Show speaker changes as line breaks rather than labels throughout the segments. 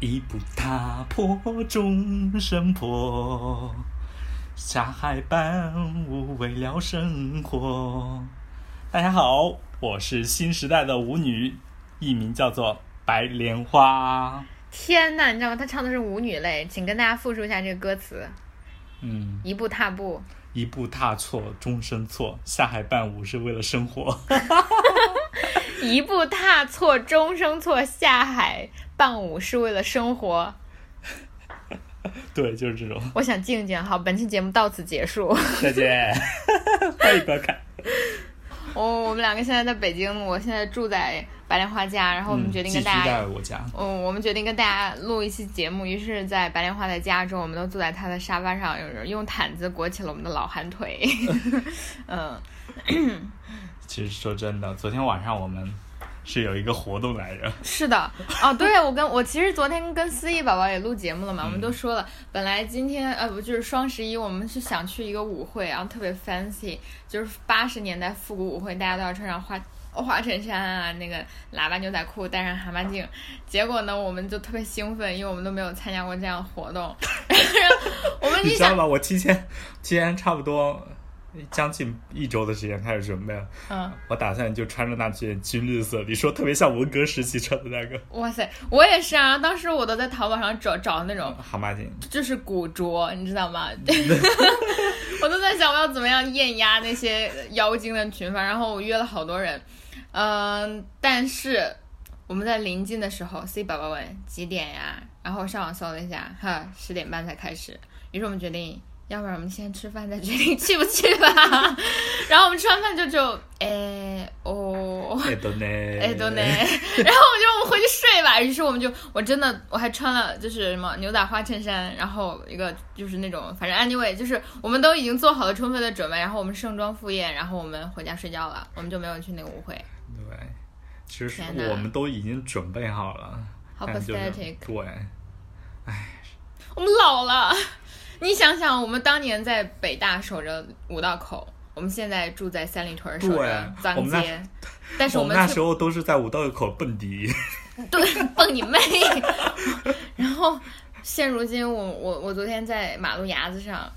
一步踏破终身破，沙海伴舞为了生活。大家好，我是新时代的舞女，艺名叫做白莲花。
天呐，你知道吗？他唱的是舞女类，请跟大家复述一下这个歌词：
嗯，
一步踏步，
一步踏错终身错，下海伴舞是为了生活。
一步踏错终生错，下海伴舞是为了生活。
对，就是这种。
我想静静，好，本期节目到此结束。
再 见，欢迎观看。
我、哦我们两个现在在北京，我现在住在白莲花家，然后我们决定跟
嗯
大
寄居
家
在我家。
嗯，我们决定跟大家录一期节目，于是，在白莲花的家中，我们都坐在他的沙发上，用用毯子裹起了我们的老寒腿。 嗯，
其实说真的，昨天晚上我们是有一个活动来着。
是的，哦，对，我跟我其实昨天跟思怡宝宝也录节目了嘛，我们都说了，本来今天呃不就是双十一，我们是想去一个舞会，然后特别 fancy，就是八十年代复古舞会，大家都要穿上花花衬衫啊，那个喇叭牛仔裤，戴上蛤蟆镜。结果呢，我们就特别兴奋，因为我们都没有参加过这样的活动， 我们
你
一
知
哎想
道。吗？我提前提前差不多将近一周的时间开始准备了。
嗯，
我打算就穿着那件军绿色，你说特别像文革时期穿的那个
哇塞，我也是啊！当时我都在淘宝上找找那种，
蛤蟆镜，
就是古着，你知道吗？ 我都在想我要怎么样艳压那些妖精的群发，然后我约了好多人，嗯、但是我们在临近的时候，C 宝宝问几点呀？然后上网搜了一下，哈，十点半才开始。于是我们决定，要不然我们先吃饭再决定 去不去吧。然后我们吃完饭就就，哎，哦。
哎都呢，
哎，都 呢。然后我就我们回去睡吧。于是我们就，我真的我还穿了就是什么牛仔花衬衫，然后一个就是那种反正 anyway 就是我们都已经做好了充分的准备，然后我们盛装赴宴，然后我们回家睡觉了，我们就没有去那个舞会。
对，其实
天哪
我们都已经准备好了，
好
但嗯就是
pathetic
对，
我们老了，你想想，我们当年在北大守着五道口，我们现在住在三里屯守着
对啊我
脏
们那
街，但是
我
我
们
们
哦那
却
时候都是在五道口蹦迪，
对，蹦你妹！ 然后，现如今我我我昨天在马路牙子上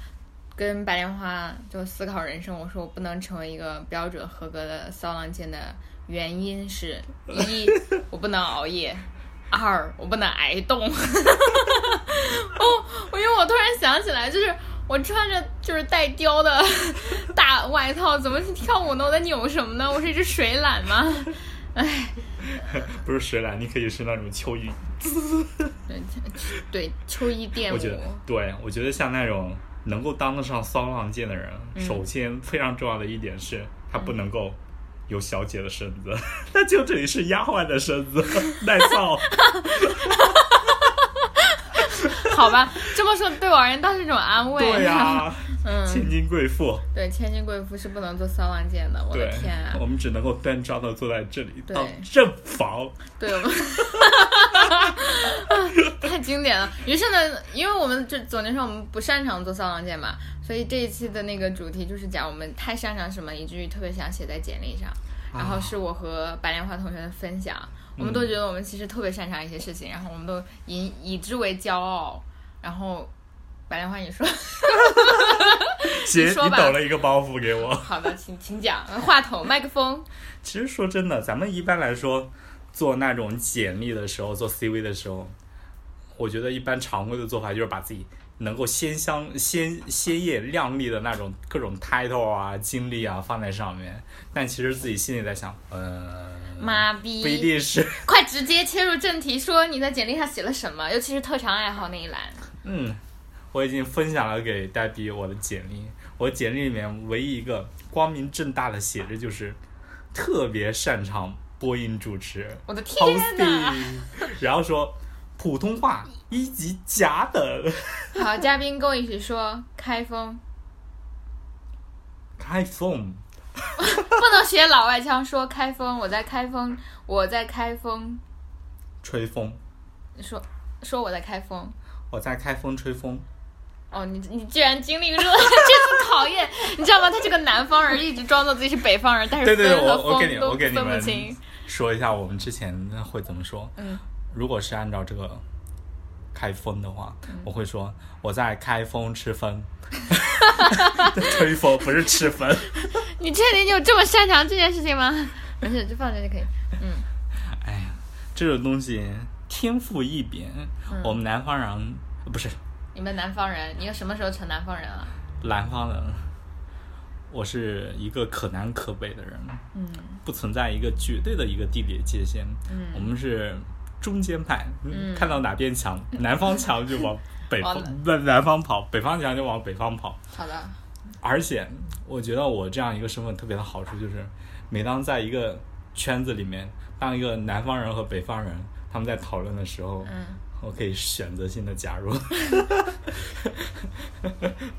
跟白莲花就思考人生，我说我不能成为一个标准合格的骚浪贱的原 因是：一，我不能熬夜；二，我不能挨冻。 哦，我因为我突然想起来，就是。我穿着就是带貂的 大外套，怎么去跳舞呢？我在扭什么呢？我是一只水懒吗？
不是水懒，你可以是那种蚯蚓。
对 对，秋衣店
我
舞。
觉得，对我觉得像那种能够当得上骚浪界的人，
嗯
首先非常重要的一点是，他不能够有小姐的身子，那就这里是丫鬟的身子，耐 操。
好吧，这么说对我而言倒是一种安慰。
对呀、
啊嗯，
千金贵妇，
对，千金贵妇是不能做骚浪贱的，我
对
的天啊！
我们只能够端庄的坐在这里
对
当正房。
对，我们 太经典了。于是呢，因为我们就总结说我们不擅长做骚浪贱嘛，所以这一期的那个主题就是讲我们太擅长什么，以至于特别想写在简历上。
啊
然后是我和白莲花同学的分享，
嗯
我们都觉得我们其实特别擅长一些事情，然后我们都以以之为骄傲。然后白莲花，你说。
姐，
你说
你
吧
抖了一个包袱给我。
好的，请请讲。话筒、麦克风，
其实说真的，咱们一般来说做那种简历的时候，做 CV 的时候，我觉得一般常规的做法就是把自己能够鲜香、鲜鲜艳、亮丽的那种各种 title 啊、经历啊放在上面，但其实自己心里在想，呃，
妈
不一
逼！
定是，
快直接切入正题，说你在简历上写了什么，尤其是特长爱好那一栏。
嗯，我已经分享了给黛比我的简历，我简历里面唯一一个光明正大的写着就是特别擅长播音主持。
我的天哪！
hosting，然后说普通话一级甲等，
好，嘉宾跟我一起说，开封
开封，
不能学老外腔，说开封，我在开封，我在开封，
吹风，
说说我在开封。
我在开封吹风，
哦，你你居然经历过 这次考验，你知道吗？他这个南方人一直装作自己是北方人，但
对
是
对对
分和
我我给你
风都
我给你
分不
们
清。
说一下我们之前会怎么说。
嗯，
如果是按照这个开封的话，我会说我在开封吃风，吹风不是吃风。
你确定你有这么擅长这件事情吗？没事，就放这就可以。
哎呀，这种东西天赋异禀，
嗯
我们南方人不是
你们南方人，你什么时候成南方人啊了？
南方人，我是一个可南可北的人，
嗯
不存在一个绝对的一个地理界限，我
嗯，
们是中间派，
嗯
看到哪边 强，南方强就往北
往
方南南方跑，北方强就往北方跑。
好的，
而且我觉得我这样一个身份特别的好处就是，每当在一个圈子里面，当一个南方人和北方人他们在讨论的时候，
嗯，
我可以选择性的加 入。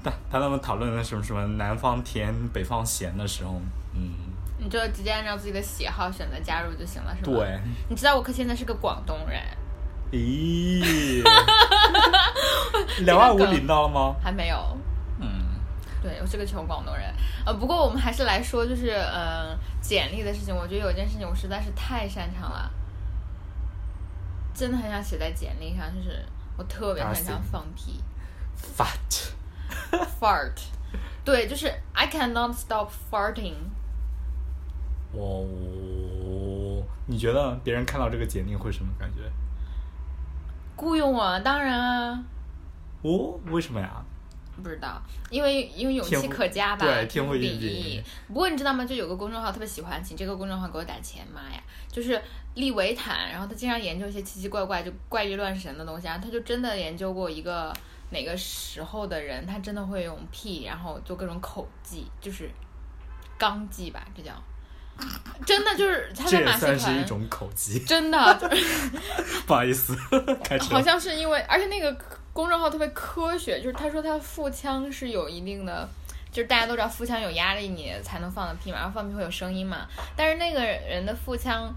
当当他们讨论的什么什么南方甜北方咸的时候，嗯，
你就直接按照自己的喜好选择加入就行了，是吧？。
对，
你知道我可现在是个广东人，
咦，两万五领到了吗？
还没有。
嗯，
对，我是个穷广东人，呃，不过我们还是来说，就是呃，简历的事情。我觉得有一件事情我实在是太擅长了，真的很想写在简历上，就是我特别
打
擅
死
长
你
放屁
fat，
，fart，对，就是 I cannot stop farting。
我我，哦你觉得别人看到这个简历会什么感觉？
雇佣我，当然啊，
哦，为什么呀？
不知道，因为因为勇
天
气
赋
可嘉吧，
对
天
天
赋
赋异
秉
禀
异。不过你知道吗？就有个公众号特别喜欢，请这个公众号给我打钱，妈呀！就是利维坦，然后他经常研究一些奇奇怪怪、就怪力乱神的东西啊，他就真的研究过一个哪个时候的人，他真的会用屁，然后做各种口技，就是肛技吧，这叫。真的就是他
这
在
也
马戏
算是一
团，
种口技，
真的就是
不好意思， 开始
好像是因为，而且那个公众号特别科学，就是他说他腹腔是有一定的，就是大家都知道腹腔有压力你才能放的屁嘛，然后放屁会有声音嘛，但是那个人的腹腔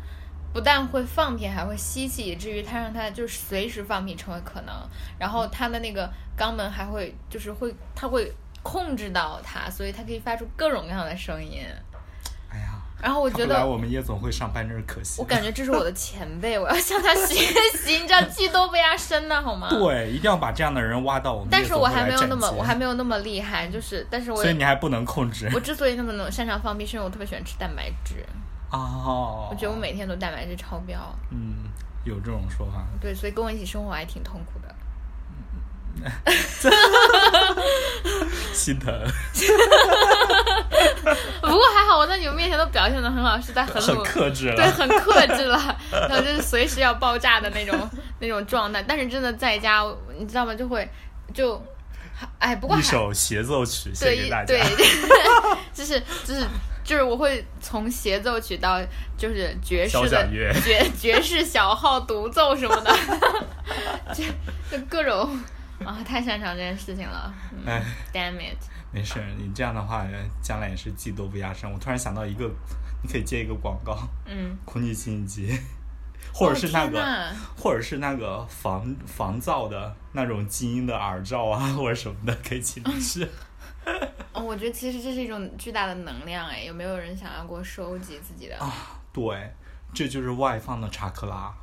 不但会放屁，还会吸气，以至于他让他就是随时放屁成为可能，然后他的那个肛门还会就是会他会控制到它，所以它可以发出各种各样的声音。
哎呀，
然后我
他
觉
不来
得
我们夜总会上班真是可惜
我。感觉这是我的前辈，我要向他学习，你知道技多不压身呢，好吗？
对，一定要把这样的人挖到我们
但
夜
是
总
我
会来展
还没
现。
有那么，我还没有那么厉害，就是，但是我
所以你还不能控制
我之所以那么能擅长放屁，是因为我特别喜欢吃蛋白质，
哦。
我觉得我每天都蛋白质超标，
嗯，有这种说法。
对，所以跟我一起生活还挺痛 苦的。
心疼，
不过还好我在你们面前都表现的很好，是在很
很
努
克制
对，
了。
很克制了， 然后就是随时要爆炸的那种那种状态。但是真的在家，你知道吗？就会就，哎，不过
一
还
首协奏曲献
对
给
一
大家。
对， 就是就是就是我会从协奏曲到就是爵士
交
的
响乐
爵爵士小号独奏什么的，就就各种啊，太擅长这件事情了。嗯
哎，
Damn it！
没事，你这样的话，将来也是技多不压身。我突然想到一个，你可以接一个广告，
嗯，
空气清新机，或者是那个，
哦天哪
或者是那个防防噪的那种精英的耳罩啊，或者什么的，可以请你 吃。
哦，我觉得其实这是一种巨大的能量哎，有没有人想要给我收集自己的？
哦对，这就是外放的查克拉。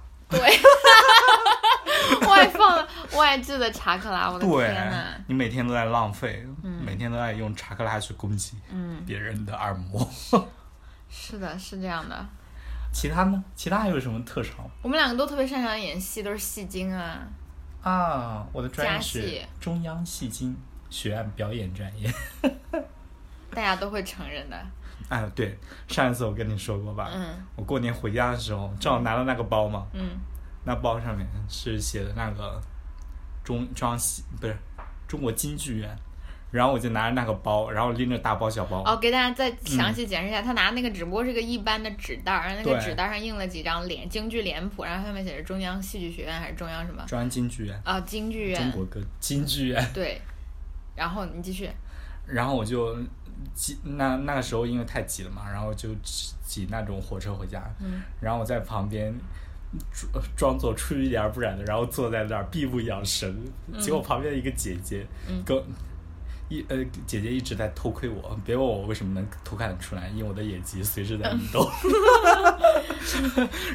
外放了外置的查克拉，我的
对
天呐！，
你每天都在浪费，每天都在用查克拉去攻击
嗯，
别人的耳膜。
是的，是这样的。
其他呢？其他还有什么特长
我们两个都特别擅长演戏，都是戏精啊。
啊？我的专业
加
是
戏
中央戏精学院表演专业。
大家都会承认的。
哎，对，上一次我跟你说过吧，
嗯
我过年回家的时候正好拿到那个包嘛，
嗯
那包上面是写的那个中中央戏不是中国京剧院，然后我就拿着那个包，然后拎着大包小包，
哦，给大家再详细解释一下，他拿那个只不过是个一般的纸袋儿，然后那个
嗯对
纸袋儿上印了几张脸京剧脸谱，然后上面写着中央戏剧学院还是中央什么
中央京剧院，
啊、京剧
中
院
国歌京剧院，
对。然后你继续，
然后我就挤那那个时候因为太挤了嘛，然后就挤挤那种火车回家，
嗯
然后我在旁边。装装作出一点儿不染的，然后坐在那儿闭目养神。结果旁边一个姐姐
嗯
跟、一呃姐姐一直在偷窥我，别问我为什么能偷看得出来，因 为我的眼睛随时在移动。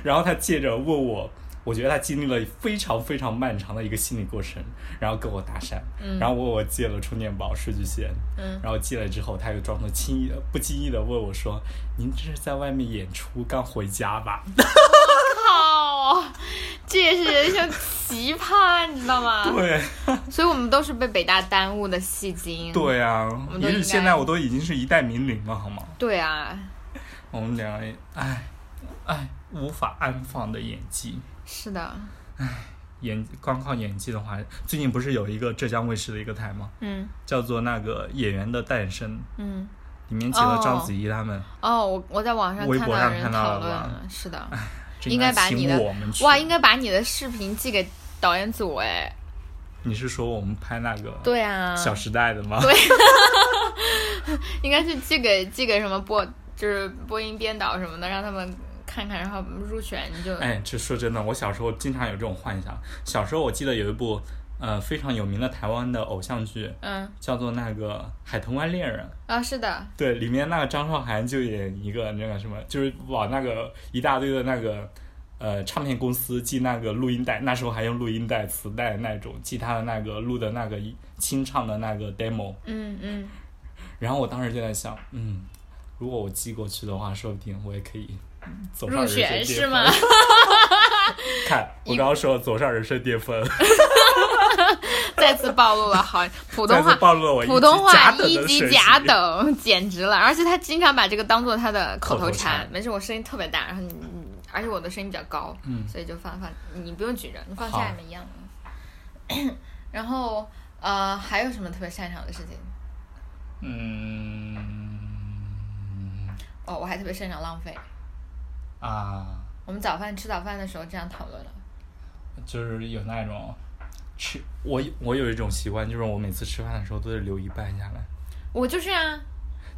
然后她借着问我我觉得他经历了非常非常漫长的一个心理过程，然后跟我搭讪，然后问我借了充电宝、数据线，
嗯
然后借了之后，他又装作轻易不经意的问我说：“您这是在外面演出，刚回家吧
靠，这也是人生奇葩，你知道？”吗？
对
所以我们都是被北大耽误的戏精。
对啊，
们都
也
应
许
该
现在我都已经是一代名伶了，好吗？
对啊，
我们两个人，哎哎，无法安放的演技。
是的，
演光靠演技的话，最近不是有一个浙江卫视的一个台吗？
嗯
叫做那个《演员的诞生
嗯。》，
里面请了
哦
章子怡他们，
哦，我我在网上
微
看
博
到
上
有人
看到
讨
了
论
吧
了，是的，
这
应该把你
请
的
我们去。
哇，应该把你的视频寄给导演组哎。
你是说我们拍那个《
对啊，
小时代》的吗？
对应该是寄给寄给什么播，就是播音编导什么的，让他们看看，然后入选你就。
哎，这说真的，我小时候经常有这种幻想。小时候我记得有一部呃非常有名的台湾的偶像剧，
嗯
叫做那个《海豚湾恋人》。
啊，是的，
对，里面那个张韶涵就演一个那个什么，就是往那个一大堆的那个呃唱片公司寄那个录音带，那时候还用录音带、磁带那种寄他的那个录的那个一清唱的那个 demo。
嗯嗯，
然后我当时就在想，嗯，如果我寄过去的话，说不定我也可以走上
嗯入
人生
选
巅
是
峰
吗？？
看，我
一
刚刚说走上人生巅峰，
再次暴露了，好， 普
再
通
次
话。
暴露了我
普通话
一
一级
级
甲
等的水平。
等，简直了！而且他经常把这个当做他的口
口头
头禅
禅。
没事，我声音特别大，然后你，你而且我的声音比较高，
嗯
所以就放放，你不用举着，你放
好
下面一样的 然后呃，还有什么特别擅长的事情？
嗯
哦，我还特别擅长浪费。
啊。
我们早饭吃早饭的时候这样讨论了。
就是有那种吃我我有一种习惯，就是我每次吃饭的时候都得留一半下来。
我就是啊，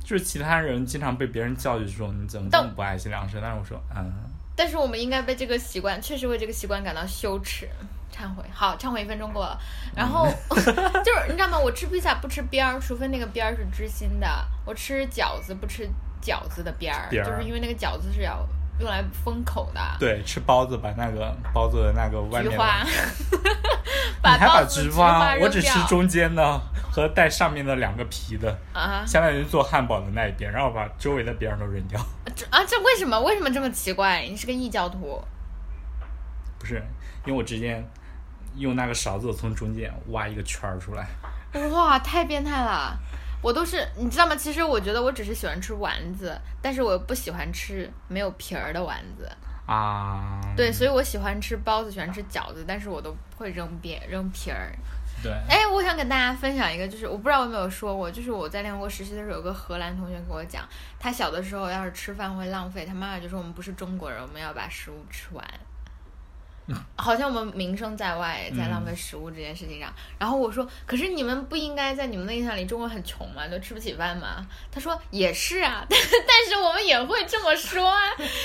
就是其他人经常被别人教育说你怎么这
但
么不爱惜粮食，但是我说嗯，
但是我们应该被这个习惯，确实为这个习惯感到羞耻、忏悔。好，忏悔一分钟过了。然后、
嗯
就是你知道吗？我吃披萨不吃边儿，除非那个边儿是芝心的；我吃饺子不吃饺子的边儿，
边
就
儿
是因为那个饺子是要用来封口的。
对，吃包子把那个包子的那个外
菊
面的，
花，
你还把
包子菊
花，
扔
我只吃
掉
中间的和带上面的两个皮的，
啊
相当于做汉堡的那一边，然后把周围的边儿都扔掉。
这啊这为什么为什么这么奇怪？你是个异教徒，
不是，因为我之前用那个勺子从中间挖一个圈儿出来。
哇，太变态了！我都是你知道吗？其实我觉得我只是喜欢吃丸子，但是我又不喜欢吃没有皮儿的丸子。
啊，
对，所以我喜欢吃包子，喜欢吃饺子，但是我都会扔边扔皮儿。
对，
哎，我想跟大家分享一个，就是我不知道我有没有说过，就是我在联合国实习的时候，有个荷兰同学跟我讲，他小的时候要是吃饭会浪费，他妈妈就说我们不是中国人，我们要把食物吃完。 好像我们名声在外，在浪费食物这件事情上。然后我说，可是你们不应该在你们的印象里，中国很穷嘛，都吃不起饭嘛。他说也是啊， 但但是我们也会这么说啊。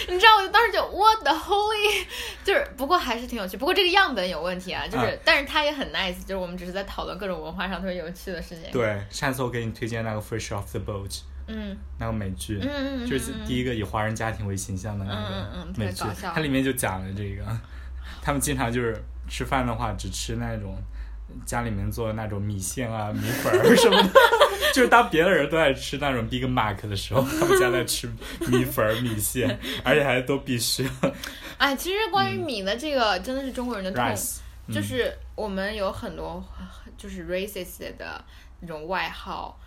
你知道，我就当时就 what the holy，就是不过还是挺有趣。不过这个样本有问题啊，就是、
啊
但是他也很 nice，就是我们只是在讨论各种文化上特别有趣的事情。
对，上次我给你推荐那个《Fish off the Boat》
嗯
那个美剧，
嗯嗯嗯，
就是
嗯
第一个以华人家庭为形象的那
嗯嗯嗯
个
特别
美剧，
搞笑
它里面就讲了这个，他们经常就是吃饭的话只吃那种。家里面做的那种米线啊、米粉儿什么的， 就是当别的人都在吃那种 Big Mac 的时候，他们家在吃米粉儿、米线，而且还都必须
哎，其实关于米的这个，真的是中国人的痛
rice。嗯
就是我们有很多就是 racist 的那种外号，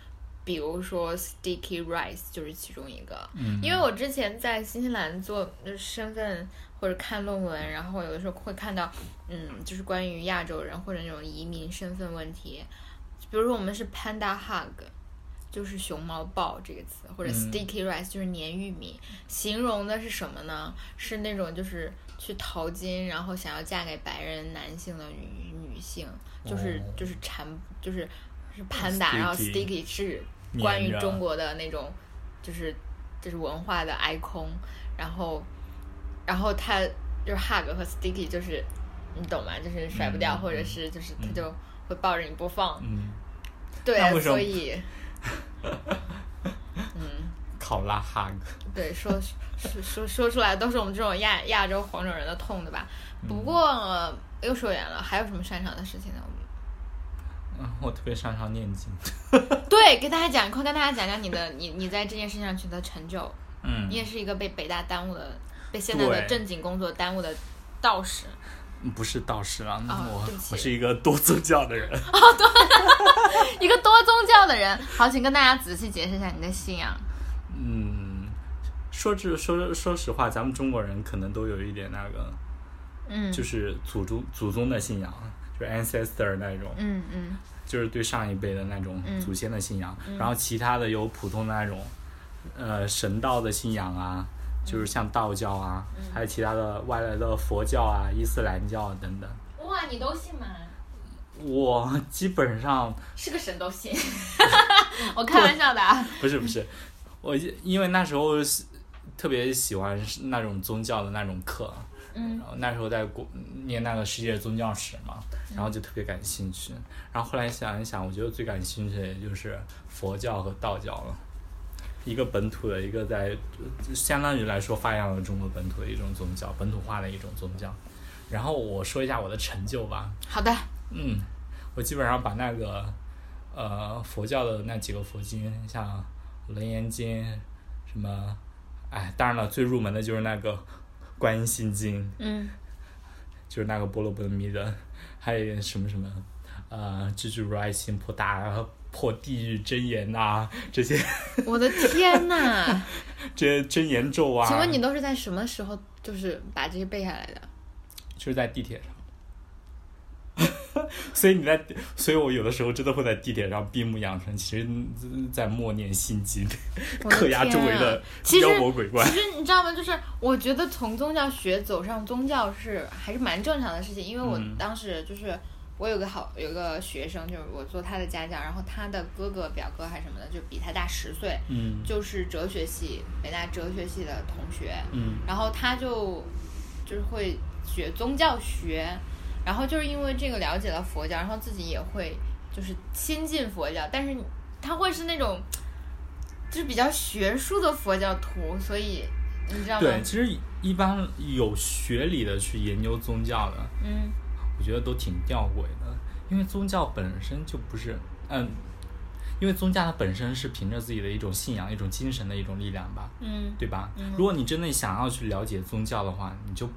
比如说 sticky rice 就是其中一个。
嗯
因为我之前在新西兰做就是身份或者看论文，然后有的时候会看到，嗯，就是关于亚洲人或者那种移民身份问题，比如说我们是 panda hug。就是熊猫抱这个词，或者
嗯
sticky rice、就是黏玉米，形容的是什么呢？是那种就是去淘金，然后想要嫁给白人男性的女女性，就是、
哦
就是缠就是是潘达，
Sticky
然后 sticky 是
黏
关于
着
中国的那种就是就是文化的 icon，然后然后他就是 hug 和 sticky 就是你懂吗？就是甩不掉，
嗯
或者是就是他就会抱着你不放，
嗯，
对
那
啊，
为什么
所以嗯。
考拉哈格。
对，说 说说说出来都是我们这种亚亚洲黄种人的痛，对吧？
嗯
不过、呃又说远了，还有什么擅长的事情呢？我们
嗯，我特别擅长念经。
对，给大家讲，快跟大家讲讲你的你你在这件事情上取得成就。
嗯
你，也是一个被北大耽误的，被现在的
对
正经工作耽误的 道士。
不是道士啦，
哦
我
对不起
我是一个多宗教的人。
一个多宗教的人。好，请跟大家仔细解释一下你的信仰。
嗯，说这说说实话，咱们中国人可能都有一点那个，
嗯
就是祖宗祖宗的信仰，就是 ancestor 那种，
嗯嗯
就是对上一辈的那种
嗯
祖先的信仰。然后其他的有普通的那种，呃，神道的信仰啊，
嗯
就是像道教啊，还有其他的外来的佛教啊、伊斯兰教啊等等。
哇，你都信吗？
我基本上
是个神 都信，我开玩笑的啊。
不是不是，我因为那时候是特别喜欢那种宗教的那种课，
嗯
然后那时候在国念那个世界宗教史嘛，然后就特别感兴趣。然后后来想一想，我觉得最感兴趣的也就是佛教和道教了，一个本土的，一个在相当于来说发扬了中国本土的一种宗教，本土化的一种宗教。然后我说一下我的成就吧，
好的，
嗯，我基本上把那个呃佛教的那几个佛经，像《楞严经》什么，哎，当然了，最入门的就是那个《观音心经》，
嗯
就是那个波罗波罗蜜的，还有什么什么，呃，蜘蛛如爱心破大破地狱真言呐、这些
我的天呐！
这些真言咒啊。
请问你都是在什么时候就是把这些背下来的？
就是在地铁上。 所以你在，所以我有的时候真的会在地铁上闭目养神，其实在默念心经，
我的
克压周围
天啊
的
其实
妖魔鬼怪
其。实你知道吗？就是我觉得从宗教学走上宗教是还是蛮正常的事情，因为我
嗯
当时就是我有个好有个学生，就是我做他的家教，然后他的哥哥表哥还是什么的，就比他大十岁，
嗯
就是哲学系北大哲学系的同学，
嗯
然后他就就是会学宗教学，然后就是因为这个了解了佛教，然后自己也会就是亲近佛教，但是他会是那种就是比较学术的佛教徒，所以你知道吗？
对，其实一般有学理的去研究宗教的，
嗯，
我觉得都挺吊诡的，因为宗教本身就不是，嗯，因为宗教它本身是凭着自己的一种信仰、一种精神的一种力量吧，
嗯
对吧
嗯？
如果你真的想要去了解宗教的话，你就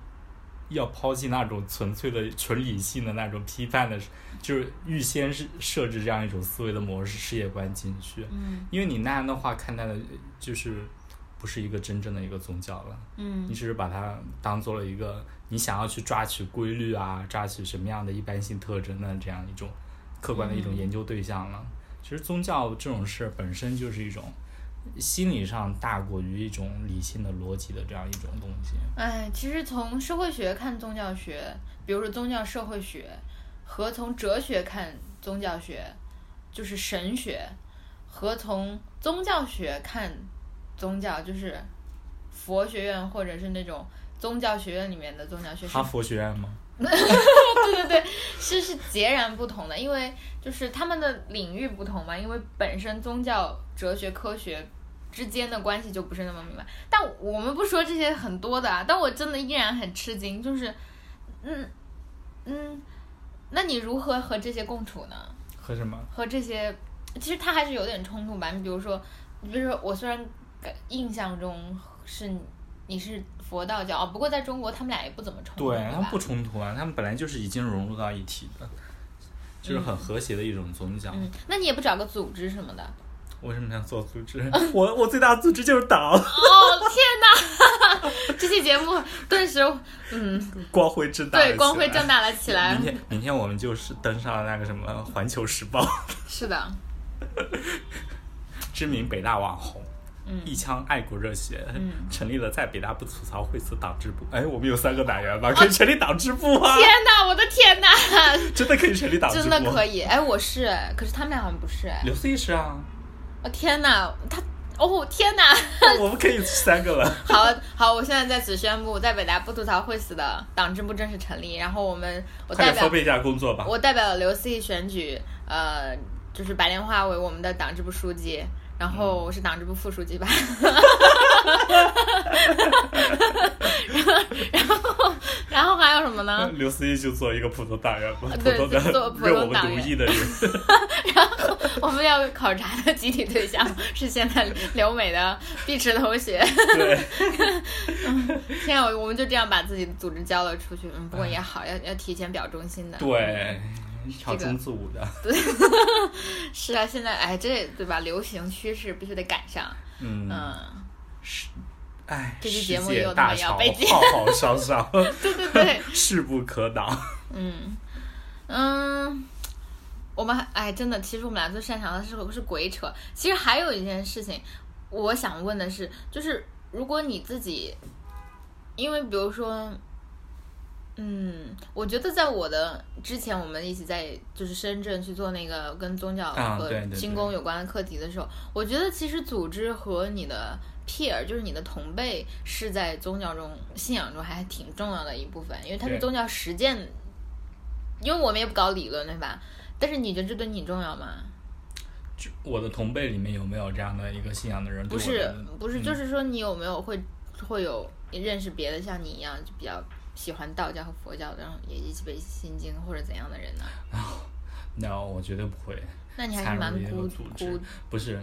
要抛弃那种纯粹的、纯理性的那种批判的，就是预先是设置这样一种思维的模式、世界观进去，
嗯
因为你那样的话看待的，就是不是一个真正的一个宗教了。
嗯
你只是把它当做了一个你想要去抓取规律啊，抓取什么样的一般性特征的这样一种客观的一种研究对象了。
嗯
其实宗教这种事本身就是一种心理上大过于一种理性的逻辑的这样一种东西。
哎，其实从社会学看宗教学，比如说宗教社会学，和从哲学看宗教学，就是神学，和从宗教学看宗教，就是佛学院或者是那种宗教学院里面的宗教学是
哈佛学院吗？
对对对，是是截然不同的，因为就是他们的领域不同嘛，因为本身宗教、哲学、科学之间的关系就不是那么明白。但我们不说这些很多的啊，但我真的依然很吃惊，就是，嗯嗯，那你如何和这些共处呢？
和什么？
和这些，其实它还是有点冲突吧。你比如说，你比如说，我虽然感印象中是你是佛道教，哦不过在中国他们俩也不怎么冲突，
对，他
吧
们不冲突啊，他们本来就是已经融入到一体的，就是很和谐的一种宗教。
嗯，那你也不找个组织什么的？
我为什么想做组织？ 我我最大的组织就是党，
哦天哪！ 这期节目顿时，嗯，
光辉正大。
对，光辉正。大了起来
明。天，明天我们就是登上了那个什么《环球时报》
是的，
知名北大网红，
嗯
一腔爱国热血，
嗯
成立了在北大不吐槽会死党支部。哎，我们有三个党员吧，可以成立党支部啊，
哦天哪，我的天哪，
真的可以成立党支部，啊
真的可以。哎，我是，可是他们俩好像不是。哎，
刘思义是啊，
哦天哪，他，哦天 哪！
我们可以三个了。
好好，我现在在此宣布，在北大不吐槽会死的党支部正式成立。然后我们， 我
快
代
点
表
分配一下工作吧。
我代表刘思义选举，呃，就是白莲花为我们的党支部书记，然后
嗯
我是党支部副书 记吧，然后然后然后还有什么呢？
刘思义就做一个普通党员吧，普
对
通
就做
的
普
为我
通
们
党
奴
员
役的人。嗯
我们要考察的集体对象是现在留美的碧池头学。
对，
天啊，我我们就这样把自己的组织交了出去，嗯，不过也好，要要提前表忠心的。
对，唱
这个
中字舞的，
是啊，现在哎，这对吧？流行趋势必须得赶上。
嗯，
嗯，
哎，
这期
世
节目
界
又他
大
妈要
潮
被剪
浩浩汤 汤，
对对对，
势不可挡。
嗯嗯，我们还哎，真的，其实我们俩最擅长的是是鬼扯。其实还有一件事情，我想问的是，就是如果你自己，因为比如说。嗯，我觉得在我的之前，我们一起在就是深圳去做那个跟宗教
啊
和
对对对
精工有关的课题的时候，我觉得其实组织和你的 peer，就是你的同辈，是在宗教中、信仰中还挺重要的一部分，因为它是
对
宗教实践。因为我们也不搞理论，对吧？但是你觉得这对你重要吗？
就我的同辈里面有没有这样的一个信仰的人？
不
对
是
我嗯的，
不是，就是说你有没有会会有认识别的像你一样就比较喜欢道教和佛教的，然后也一起背心经或者怎样的人呢？
no，我绝对不会。
那你还
参入
是蛮
一个
孤
组织
孤，
不是，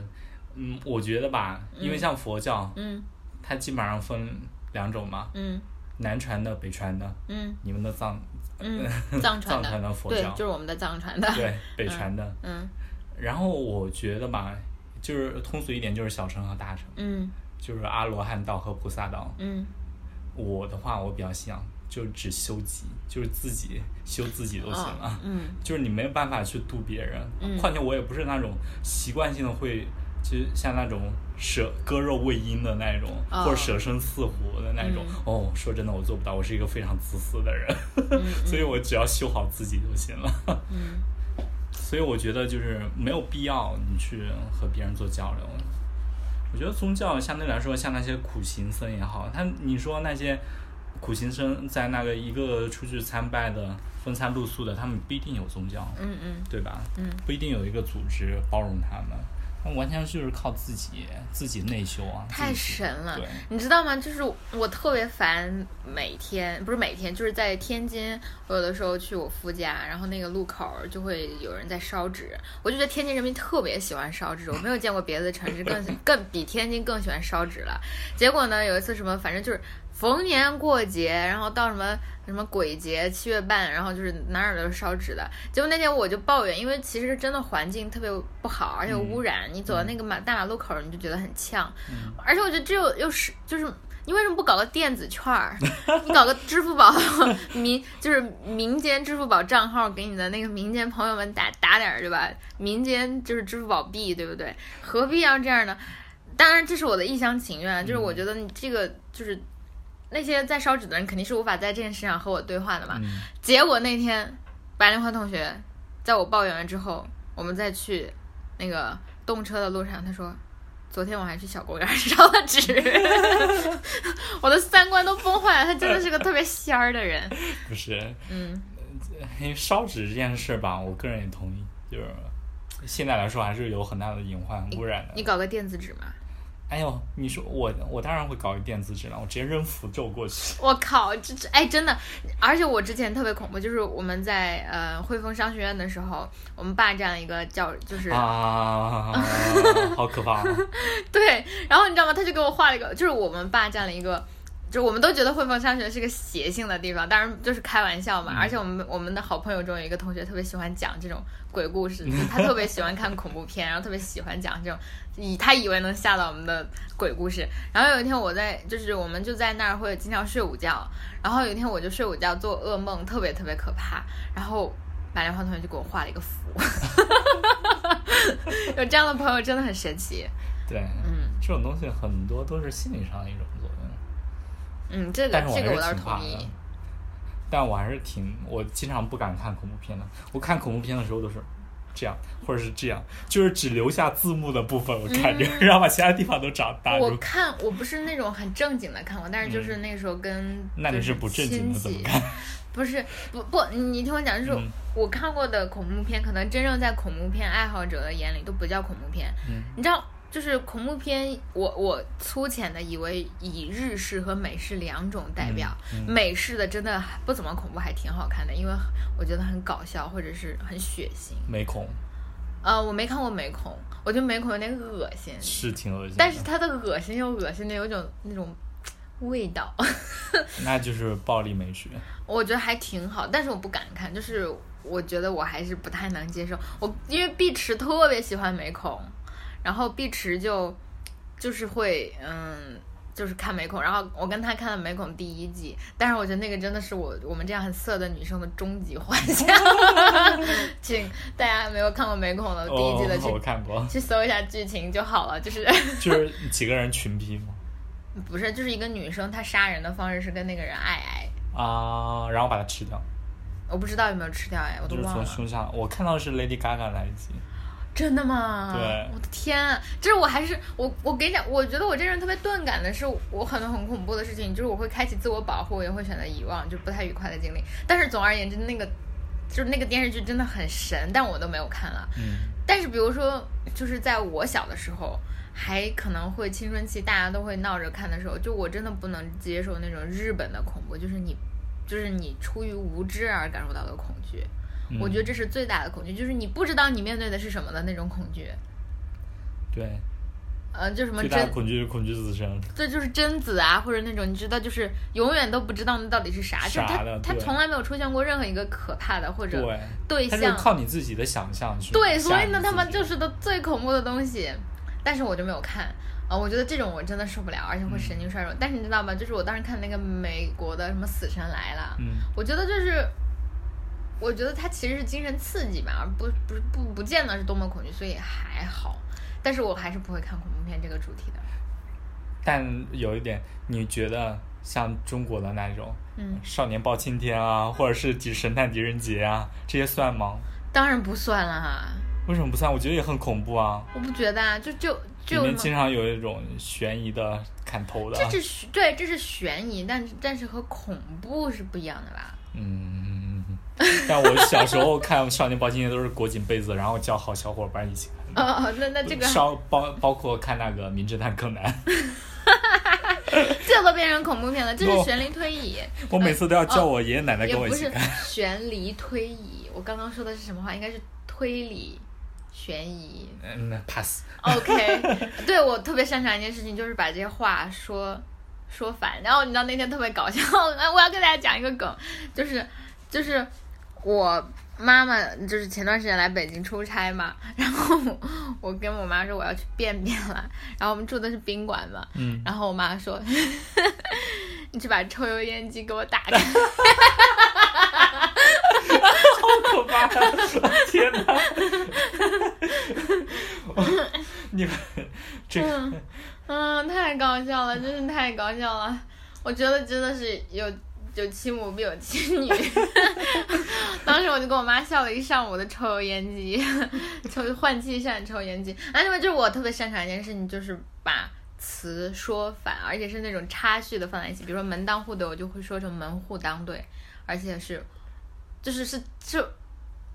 嗯，我觉得吧，因为像佛教，
嗯
它基本上分两种嘛，
嗯
南传的、北传的，
嗯
你们的藏
嗯，藏传
藏
的，
传的佛
对，
教
就，是我们的藏传的，
对，北传的。
嗯
然后我觉得吧，就是通俗一点，就是小乘和大乘，
嗯
就是阿罗汉道和菩萨道。
嗯
我的话，我比较信仰，就只修己，就是自己修自己就行了。
哦嗯
就是你没有办法去渡别人。
嗯
况且我也不是那种习惯性的会，就是像那种舍割肉喂鹰的那种，
哦
或者舍身饲虎的那种。
嗯
哦，说真的，我做不到，我是一个非常自私的人，
嗯
所以我只要修好自己就行了。
嗯。
所以我觉得就是没有必要你去和别人做交流。我觉得宗教相对来说，像那些苦行僧也好，他你说那些苦行僧在那个一个出去参拜的、风餐露宿的，他们不一定有宗教，
嗯嗯
对吧？
嗯，
不一定有一个组织包容他们，他们完全就是靠自己自己内修啊，
太
自己
神了
对，
你知道吗？就是我特别烦每天，不是每天，就是在天津，我有的时候去我夫家，然后那个路口儿就会有人在烧纸，我就觉得天津人民特别喜欢烧纸，我没有见过别的城市更 更比天津更喜欢烧纸了。结果呢，有一次什么，反正就是逢年过节，然后到什么什么鬼节、七月半，然后就是哪儿哪儿都是烧纸的。结果那天我就抱怨，因为其实真的环境特别不好，而且有污染，你走到那个马大马路口儿，你就觉得很呛。而且我觉得这又又是就是。你为什么不搞个电子券儿？你搞个支付宝民就是民间支付宝账号，给你的那个民间朋友们打打点儿，对吧？民间就是支付宝币，对不对？何必要这样呢？当然，这是我的一厢情愿，就是我觉得你这个就是那些在烧纸的人肯定是无法在这件事上和我对话的嘛。
嗯
结果那天白莲花同学在我抱怨完之后，我们再去那个动车的路上，他说。昨天我还去小公园烧了纸， 我的三观都崩坏了。他真的是个特别仙儿的人，
不是
嗯，
因为烧纸这件事吧，我个人也同意，就是现在来说还是有很大的隐患污染的。
你搞个电子纸嘛？
哎呦，你说我我当然会搞一电子纸了，我直接扔符咒过去。
我靠，这这哎真的，而且我之前特别恐怖，就是我们在呃汇丰商学院的时候，我们霸占了一个教，就是、
啊， 好可怕、啊！
对，然后你知道吗？他就给我画了一个，就是我们霸占了一个。就我们都觉得汇丰商学是个邪性的地方，当然就是开玩笑嘛。而且我们我们的好朋友中有一个同学特别喜欢讲这种鬼故事，就是他特别喜欢看恐怖片，然后特别喜欢讲这种以他以为能吓到我们的鬼故事。然后有一天我在就是我们就在那儿会经常睡午觉，然后有一天我就睡午觉做噩梦，特别特别可怕。然后白莲花同学就给我画了一个符， 有这样的朋友真的很神奇。
对，
嗯，
这种东西很多都是心理上的一种作用，
嗯，这个
但是我
这
还
个我
是
倒是
挺
同
怕的
意。。
但我还是挺，我经常不敢看恐怖片的。我看恐怖片的时候都是这样，或者是这样，就是只留下字幕的部分我看着， 然后把其他地方都找大
嗯我
住。
看我不是那种很正经的看过，但是就是那时候跟
嗯那你是不正经的
就是
怎么
亲戚
看？
不是不不，你你听我讲，就是
嗯
我看过的恐怖片，可能真正在恐怖片爱好者的眼里都不叫恐怖片。
嗯
你知道就是恐怖片，我我粗浅的以为以日式和美式两种代表，
嗯嗯
美式的真的不怎么恐怖，还挺好看的，因为我觉得很搞笑或者是很血腥。
美恐
呃，我没看过美恐，我觉得美恐有点恶心，
是挺恶心的，
但是它的恶心又恶心的有一种那种味道，
那就是暴力美学。
我觉得还挺好，但是我不敢看，就是我觉得我还是不太能接受。我因为碧池特别喜欢美恐，然后碧池就就是会嗯。就是看美恐，然后我跟他看了美恐第一季，但是我觉得那个真的是我我们这样很色的女生的终极幻 想，请大家没有看过美恐的第一季的去、
哦，我看过，
去搜一下剧情就好了，就是
就是几个人群批嘛，
不是，就是一个女生，她杀人的方式是跟那个人爱爱，
啊，然后把它吃掉，
我不知道有没有吃掉哎，我都
就是
忘
从
了。
胸下，我看到是 Lady Gaga 来一集，
真的吗？
对
我的天啊，这我还是我我给你讲，我觉得我这人特别钝感的是，我很多很恐怖的事情，就是我会开启自我保护，也会选择遗忘，就不太愉快的经历。但是总而言之，那个就是那个电视剧真的很神，但我都没有看了。
嗯
但是比如说，就是在我小的时候，还可能会青春期大家都会闹着看的时候，就我真的不能接受那种日本的恐怖，就是你，就是你出于无知而感受到的恐惧。
嗯
我觉得这是最大的恐惧，就是你不知道你面对的是什么的那种恐惧。
对，
呃，就什么
最大的
贞，
恐惧就是啊恐惧自身，
这就是贞子啊，或者那种你知道，就是永远都不知道那到底是
啥
啥，就
的
是它它
对
从来没有出现过任何一个可怕的或者
对，
对
它就是
象，
靠你自己的想象去，，
对，所以呢，他们就是是的最恐怖的东西，但是我就没有看啊、我觉得这种我真的受不了，而且
嗯
会神经衰弱。但是你知道吗？就是我当时看那个美国的什么《死神来了》，
嗯，
我觉得就是，我觉得它其实是精神刺激嘛，而不不不不见得是多么恐惧，所以还好。但是我还是不会看恐怖片这个主题的。
但有一点，你觉得像中国的那种
嗯，
少年包青天啊，或者是几神探狄仁杰啊，这些算吗？
当然不算了哈，
为什么不算？我觉得也很恐怖啊，
我不觉得啊，就就
里
就有
面
什
经
么。
常有一种悬疑的、砍头的，
这是悬对，这是悬疑，但是但是和恐怖是不一样的吧？
嗯， 但我小时候看《少年包青天》都是裹紧被子，然后叫好小伙伴一起看。
哦哦，那那这个
少包包括看那个《名侦探柯 南》，
这都变成恐怖片了，这是
不
悬疑推理，
我每次都要叫我爷爷奶奶
哦也
跟我一
不
起
是
看。
悬疑推移。我刚刚说的是什么话？应该是推理悬疑。
嗯那，pass。
OK，对我特别擅长一件事情，就是把这些话说说反。然后你知道那天特别搞笑，我要跟大家讲一个梗，就是就是我妈妈就是前段时间来北京出差嘛，然后我跟我妈说我要去便便了，然后我们住的是宾馆嘛，
嗯，
然后我妈说：“ 你去把抽油烟机给我打开。
可怕！
啊
天哪！ 你们这个
嗯”嗯，太搞笑了，真是太搞笑了。我觉得真的是有有其母必有其女。 当时我就跟我妈笑了一上午的抽油烟机， 抽换气扇、抽油烟机。哎，另外就是我特别擅长一件事情，就是把。词说反，而且是那种插叙的放在一起，比如说门当户对，我就会说成门户当对，而且是，就是是就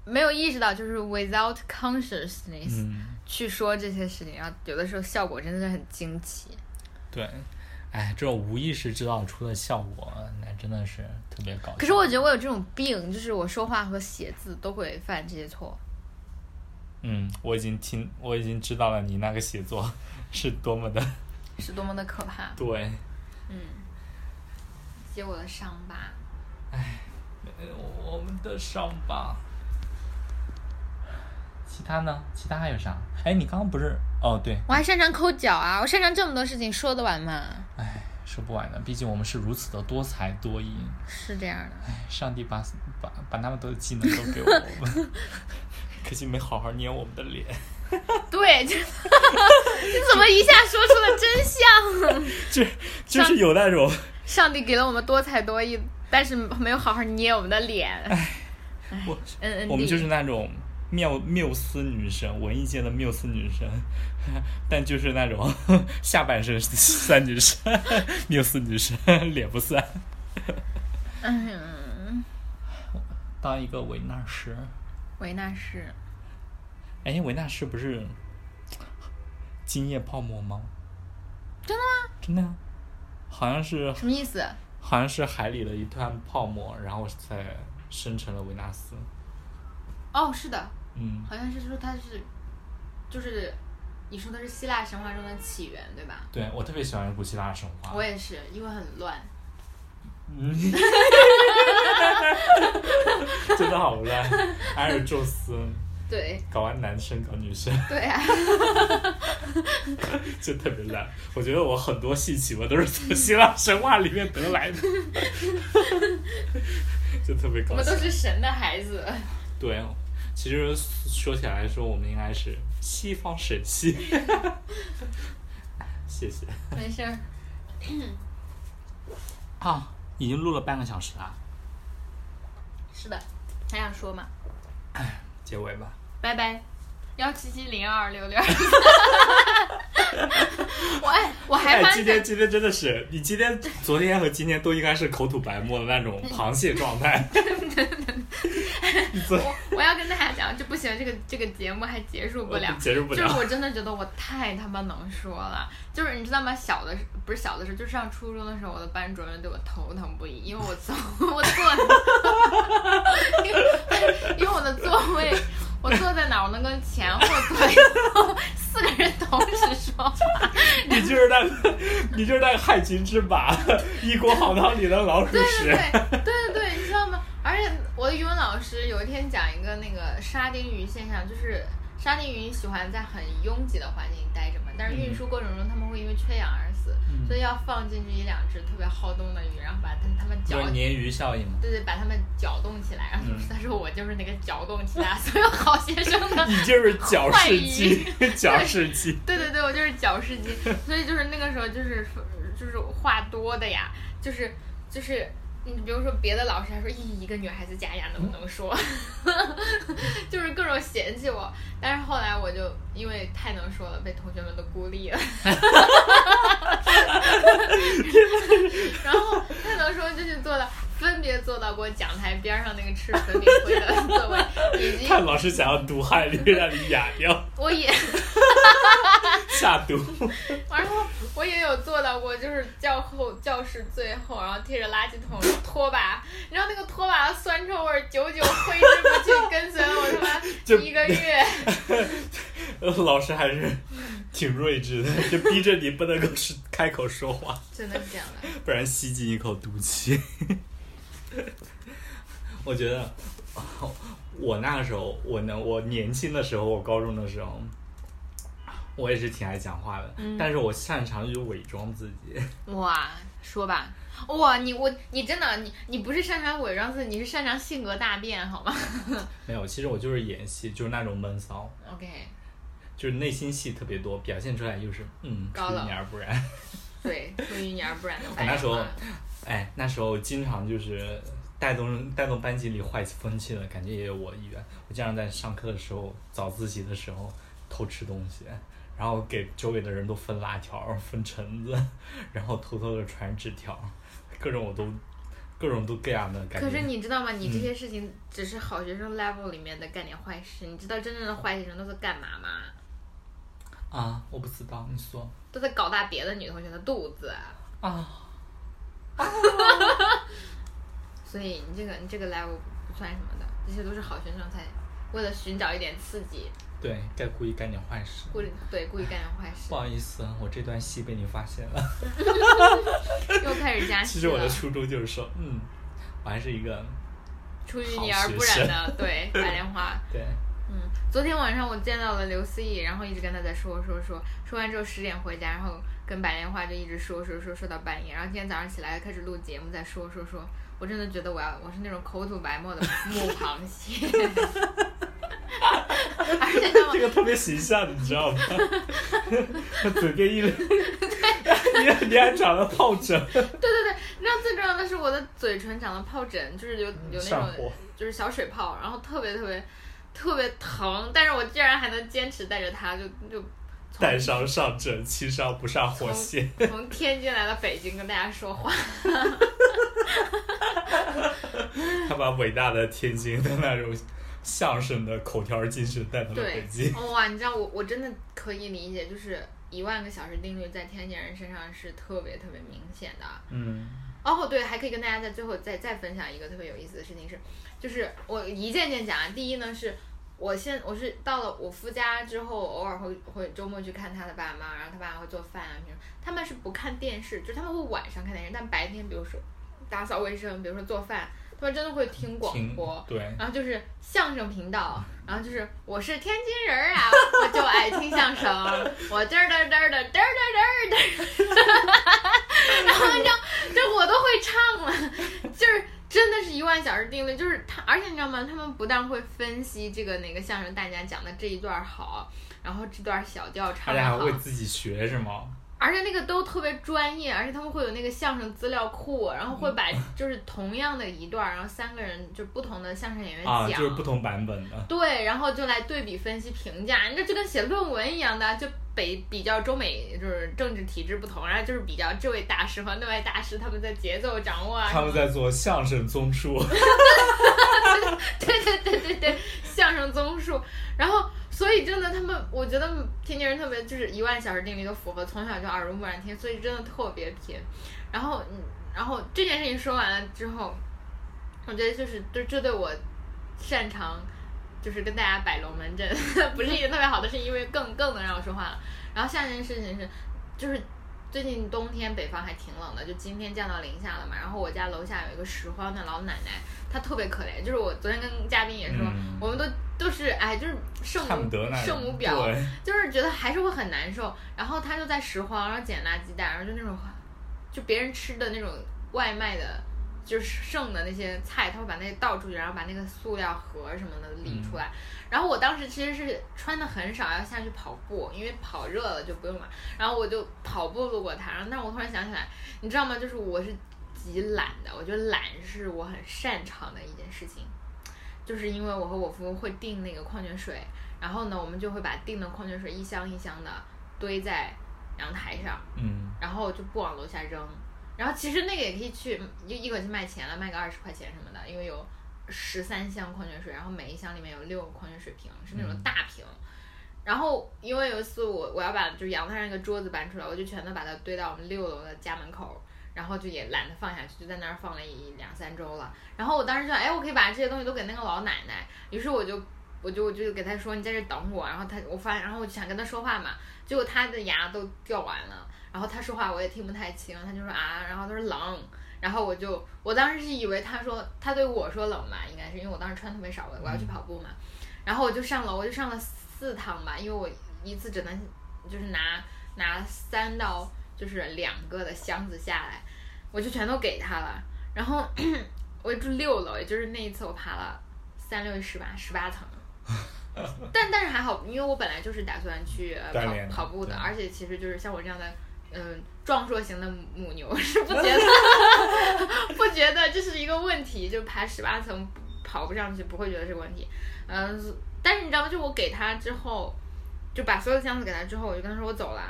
没有意识到，就是 without consciousness，、
嗯，
去说这些事情，然后有的时候效果真的是很惊奇。
对，哎，这种无意识制造出的效果，那真的是特别搞笑。
可是我觉得我有这种病，就是我说话和写字都会犯这些错。
嗯，我已经听，我已经知道了你那个写作是多么的
是多么的可怕。
对。
接我的伤疤，
哎我们的伤疤。其他呢？其他还有啥？哎，你刚刚不是？哦，对，
我还擅长抠脚啊！我擅长这么多事情，说得完吗？
哎，说不完的，毕竟我们是如此的多才多艺。
是这样的，
哎，上帝把把把那么多的技能都给我们， 可惜没好好捏我们的 脸。
对，就 你怎么一下说出了真相？
就就是有那种，
上帝给了我们多才多艺，但是没有好好捏我们的 脸。
我
嗯嗯，
我们就是那种缪缪斯女神，文艺界的缪斯女神， 但就是那种 下半身是三女神， 缪斯女神 脸不算。
嗯，
当一个维纳师，
维纳斯。
哎，维纳师不是精液泡沫吗？真的吗？真的呀、好像是
什么意思？
好像是海里的一团泡沫，然后才生成了维纳斯。
哦，是的，
嗯，
好像是说它是，就是你说的是希腊神话中的起源，对吧？
对我特别喜欢古希腊神话。
我也是，因为很乱。
嗯， 真的好乱，埃尔宙斯
对
搞完男生搞女生
对啊，
就特别烂。我觉得我很多戏曲我都是从希腊神话里面得 来的，就特别搞
我们
笑
都。是神的孩子。
对，其实说起来说，我们应该是西方神系。谢谢
没事儿，
啊，已经录了半个小时了，
是的，还想说吗？
结尾吧。
拜拜，幺七七零二 六六。我哎，我还
哎，
发
今
现
天今天真的是，你今天、昨天和今天都应该是口吐白沫的那种
嗯
螃蟹状态。
我我要跟大家讲，这不行，这个这个节目还结束不了。
结束不
就是
了。
我真的觉得我太他妈能说了，就是你知道吗？小的时不是小的时候，就是上初中的时候，我的班主任对我头疼不已，因为我坐我坐，因为 因为我的座位，我坐在哪儿，我能跟前后左右四个人同时说话，
你就是那个，你就是那个害群之马，一锅好汤里的老鼠
对对
屎。
对对对对，你知道吗？而且我的语文老师有一天讲一个那个沙丁鱼现象，就是沙丁鱼喜欢在很拥挤的环境里待着嘛，但是运输过程中它们会因为缺氧而死，
嗯
所以要放进去一两只特别好动的鱼，然后把它它们搅
就是。鲶鱼效应嘛。
对对，把它们搅动起来，然后
嗯
他说我就是那个搅动起来所有好学生的
你就是矫饰 机，矫饰机。
对对对，我就是矫饰机，所以就是那个时候就是就是话多的呀，就是就是你比如说别的老师还说，咦，一个女孩子家呀能不能说， 就是各种嫌弃我，但是后来我就因为太能说了，被同学们都孤立了。 然后太能说就去坐到分别坐到过讲台边上那个吃粉饼灰的座位，以及
看老师想要毒害你，让你哑掉，
我也。
下毒。
然后我也有做到过，就是教后教室最后，然后贴着垃圾桶拖把，你知道那个拖把的酸臭味儿久久挥之不去，跟随了我他
就
妈一个嗯月。
老师还是挺睿智的， 就逼着你不能够是开口说话。
真的是这样的，
不然吸进一口毒气。 我觉得 我那个时候，我能，我年轻的时候，我高中的时候，我也是挺爱讲话的，
嗯
但是我擅长于伪装自己。
哇，说吧。哇，你我你真的你你不是擅长伪装自己，你是擅长性格大变，好吗
没有，其实我就是演戏，就是那种闷骚，
？OK，
就是内心戏特别多，表现出来就是嗯，
高
出淤
冷
泥而不染。
对，出淤泥而不染的白
我那时候
话
哎，那时候经常就是带动带动班级里坏风气的感觉也有我一员。我经常在上课的时候、早自习的时候偷吃东西，然后给周围的人都分辣条、分橙子， 然后偷偷的传纸条，各种我都各种都各样的感觉。
可是你知道吗？你这些事情只是好学生 level 里面的干点坏事，你知道真正的坏学生都是干嘛吗？
啊，我不知道，你说
都在搞大别的女同学的肚子，
啊，
所以你这个你这个 level 不算什么的，这些都是好学生才为了寻找一点刺激，
对该故意干点坏事。
故意对故意干点坏事
不，好意思，我这段戏被你发现了。
又开始加
其
戏
实我的
了，
初衷就是说，嗯，我还是一个
出淤泥而不染的，对白莲花。
对。
嗯，昨天晚上我见到了刘思义，然后一直跟他在说说说，说完之后十点回家，然后跟白莲花就一直说说说说到半夜，然后今天早上起来开始录节目，在说说说，我真的觉得我要我是那种口吐白沫的 母螃蟹， 而且他们
这个特别形象，你知道 吗？嘴边一咧，你 你还长了疱疹，
对对对，你知道最重要的是我的嘴唇长了疱疹，就是有有那
嗯上
种
火。
就是小水泡，然后特别特别特别疼，但是我居然还能坚持带着它，就就
带
从
伤上疹，轻伤不上火线。
从天津来到北京跟大家 说话，
他把伟大的天津的那种相声的口条精神带到了
对
北京。，
哇，你知道我我真的可以理解，就是一万个小时定律在天津人身上是特别特别明显的。
嗯
哦，对，还可以跟大家在最后再再分享一个特别有意思的事情是，就是我一件件讲啊。第一呢是，我现我是到了我夫家之后，偶尔会会周末去看他的爸妈，然后他爸妈会做饭啊什么，他们是不看电视，就是他们会晚上看电视，但白天比如说打扫卫生，比如说做饭，他们真的会听广
听
播。
对，
然后就是相声频道，然后就是我是天津人儿啊，我就爱听相声，我嘚儿嘚儿嘚儿的嘚儿嘚儿嘚儿嘚儿，然后你知道，就我都会唱了，就是真的是一万小时定律，就是他，而且你知道吗？他们不但会分析这个哪个相声大家讲的这一段儿好，然后这段儿小调
大
唱的
家还
好
会，自己学是吗？
而且那个都特别专业，而且他们会有那个相声资料库，然后会把就是同样的一段儿，然后三个人就不同的相声演员
啊，
讲，
就是不同版本的。
对，然后就来对比分析评价，你这就跟写论文一样的，就北比较中美就是政治体制不同，然后就是比较这位大师和那位大师他们的节奏掌握啊，
他们在做相声综述，
对对对对对， 相声综述，然后所以真的他们，我觉得天津人特别就是一万小时定律都符合，从小就耳濡目染听，所以真的特别拼。然后嗯，然后这件事情说完了之后，我觉得就是这这对我擅长就是跟大家摆龙门阵， 不是一件特别好的事，因为更更能让我说话了。然后下一件事情是，就是最近冬天北方还挺冷的，就今天降到零下了嘛。然后我家楼下有一个拾荒的老奶奶，她特别可怜，就是我昨天跟嘉宾也说，
嗯
我们都都是哎，就是圣
看不
母
得那
圣母
种
婊，
对，
就是觉得还是会很难受。然后他就在拾荒，然后捡垃圾袋，然后就那种，就别人吃的那种外卖的，就是剩的那些菜，他会把那倒出去，然后把那个塑料盒什么的理出来。然后我当时其实是穿的很少，要下去跑步，因为跑热了就不用了。然后我就跑步路过他，然后但是我突然想起来，你知道吗？就是我是极懒的，我觉得懒是我很擅长的一件事情。就是因为我和我夫会订那个矿泉水，然后呢，我们就会把订的矿泉水一箱一箱的堆在阳台上，
嗯，
然后就不往楼下扔。然后其实那个也可以去一一口气卖钱了，卖个二十块钱什么的，因为有十三箱矿泉水，然后每一箱里面有六个矿泉水瓶，是那种
嗯
大瓶。然后因为有一次我我要把就是阳台上一个桌子搬出来，我就全都把它堆到我们六楼的家门口，然后就也懒得放下去，就在那儿放了一两三周了。然后我当时就想，哎，我可以把这些东西都给那个老奶奶。于是我就我就我就给她说，你在这等我。然后她我发现，然后我就想跟她说话嘛，结果她的牙都掉完了，然后她说话我也听不太清，她就说啊，然后她说冷。然后我就，我当时是以为她说她对我说冷嘛，应该是因为我当时穿特别少，我我要去跑步嘛，然后我就上楼，我就上了四趟吧，因为我一次只能就是拿拿三到就是两个的箱子下来，我就全都给他了。然后 我住六楼，也就是那一次我爬了三六十八十 八层，但但是还好，因为我本来就是打算去呃
锻
跑
炼
跑步的，
对
而且其实就是像我这样的。嗯，壮硕型的母牛 是不觉得不觉得 这是一个问题，就爬十八层跑不上去不会觉得是个问题。嗯，但是你知道吗？就我给他之后，就把所有箱子给他之后，我就跟他说我走了，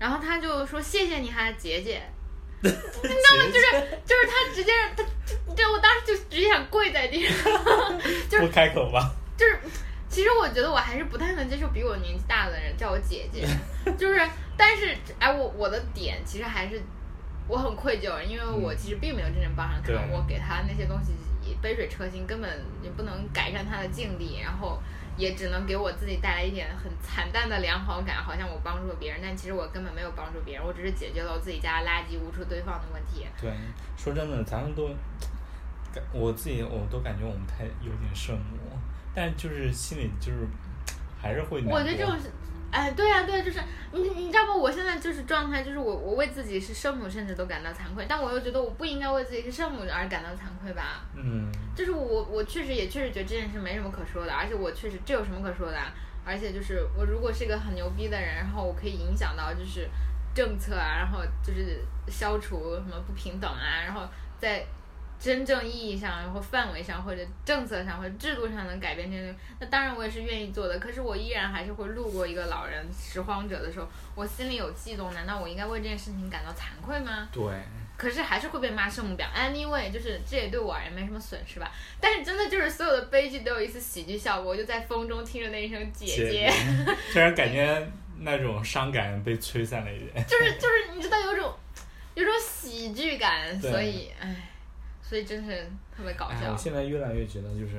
然后他就说谢谢你哈姐姐，
那么就是
就是他直接让他，你知道我当时就直接想跪在地上，就是
不开口吧，
就是其实我觉得我还是不太能接受比我年纪大的人叫我姐姐，就是但是哎我我的点其实还是我很愧疚，因为我其实并没有真正帮上他，
对
我给他那些东西杯水车薪，根本也不能改善他的境地，然后。也只能给我自己带来一点很惨淡的良好感，好像我帮助了别人，但其实我根本没有帮助别人，我只是解决了我自己家垃圾无处堆放的问题。
对，说真的，咱们都，感我自己我都感觉我们太有点圣母，但就是心里就是还是会难过，
我觉得这种是，哎，对呀、对、呀，就是你你知道吗？我现在就是状态，就是我我为自己是圣母，甚至都感到惭愧，但我又觉得我不应该为自己是圣母而感到惭愧吧。
嗯，
就是我我确实也确实觉得这件事没什么可说的，而且我确实这有什么可说的啊？而且就是我如果是一个很牛逼的人，然后我可以影响到就是政策啊，然后就是消除什么不平等啊，然后在真正意义上，然后范围上或者政策上或者制度上能改变这个，那当然我也是愿意做的。可是我依然还是会路过一个老人拾荒者的时候，我心里有悸动，难道我应该为这件事情感到惭愧吗？
对，
可是还是会被骂圣母婊。Anyway，就是这也对我而言没什么损失吧。但是真的就是所有的悲剧都有一次喜剧效果，我就在风中听着那一声姐
姐，虽然感觉那种伤感被吹散了一点。
就是就是你知道有种有种喜剧感，
对
所以唉，所以真是特别搞
哎，
笑
我。现在越来越觉得，就是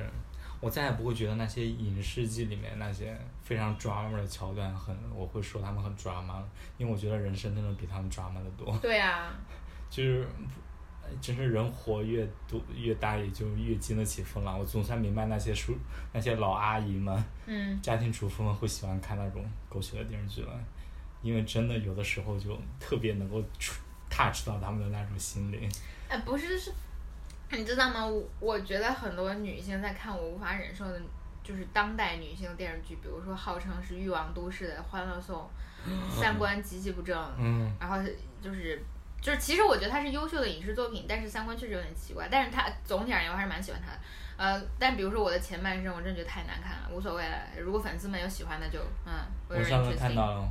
我再也不会觉得那些影视剧里面那些非常 drama 的桥段很，我会说他们很 drama，了因为我觉得人生真的比他们 drama 的多。
对啊，
就是，哎真是人活越多越大，也就越经得起风浪。我总算明白那些叔、那些老阿姨们、
嗯，
家庭主妇们会喜欢看那种狗血的电视剧了，因为真的有的时候就特别能够触 touch 到他们的那种心灵。
哎，不是是，你知道吗？我我觉得很多女性在看我无法忍受的，就是当代女性电视剧，比如说号称是欲望都市的《欢乐 颂》，三观极其不正，
嗯，
然后就是就是，其实我觉得它是优秀的影视作品，但是三观确实有点奇怪。但是它总体而言，我还是蛮喜欢它的。呃，但比如说我的前半生，我真的觉得太难看了，无所谓了。如果粉丝们有喜欢的就，嗯，
我上次看到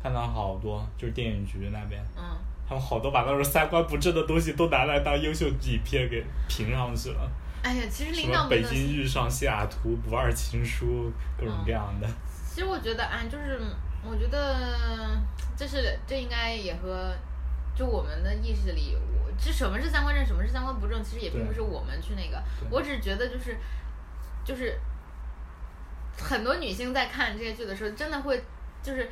看到好多，就是电影局那边。
嗯，
他们好多把那种三观不正的东西都拿来当优秀底片给评上去了，
哎呀，其实
什
领导
么
们
北
的，嗯
京遇上西雅图不二情书，各种各样的。
其实我觉得啊，就是我觉得这是这应该也和就我们的意识里，我这什么是三观正，什么是三观不正，其实也并不
对
是我们去那个，
对
我只是觉得就是就是很多女性在看这些剧的时候，真的会就是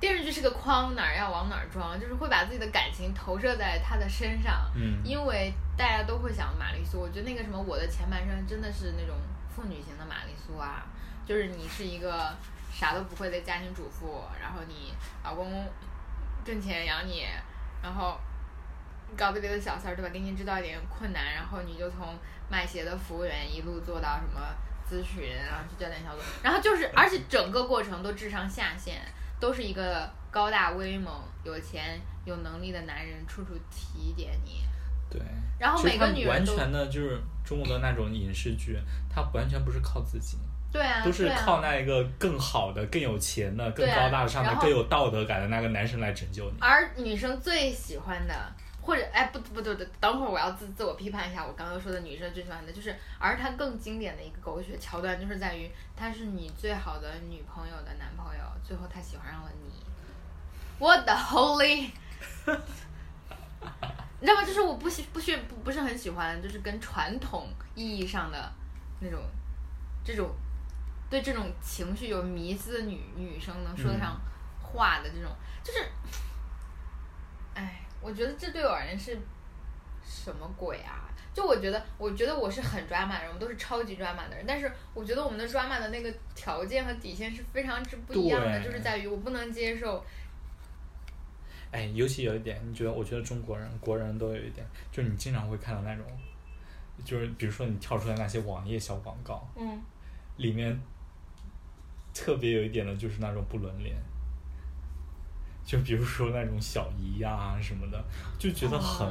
电视剧是个框，哪儿要往哪儿装，就是会把自己的感情投射在她的身上，
嗯，
因为大家都会想玛丽苏。我觉得那个什么，我的前半生真的是那种妇女型的玛丽苏啊，就是你是一个啥都不会的家庭主妇，然后你呃老公挣钱养你，然后搞得别的小三儿对吧，给你制造一点困难，然后你就从卖鞋的服务员一路做到什么咨询，啊然后去教练小组，然后就是而且整个过程都智商下线，都是一个高大威猛、有钱有能力的男人处处提点你，
对。
然后
其实
哦每
他
个女人
完
都
全的就是中国的那种影视剧，它完全不是靠自己，
对啊，
都是
对啊
靠那一个更好的、更有钱的、更
对啊
高大上的
然、后
更有道德感的那个男生来拯救你。
而女生最喜欢的，或者哎不不对不对，等会儿我要自自我批判一下，我刚刚说的女生最喜欢的就是，而她更经典的一个狗血桥段就是在于，她是你最好的女朋友的男朋友，最后他喜欢上了你。What the holy！你知道吗？就是我不喜不喜不不是很喜欢，就是跟传统意义上的那种这种对这种情绪有迷思的女女生能说得上话的这种，就是，哎，我觉得这对我而言是什么鬼啊？就我觉得，我觉得我是很 drama 的人，我们都是超级 drama 的人，但是我觉得我们的 drama 的那个条件和底线是非常之不一样的，
对
就是在于我不能接受
哎，尤其有一点，你觉得？我觉得中国人、国人都有一点，就是你经常会看到那种，就是比如说你跳出来那些网页小广告，
嗯，
里面特别有一点的就是那种不伦恋，就比如说那种小姨啊什么的，就觉得很、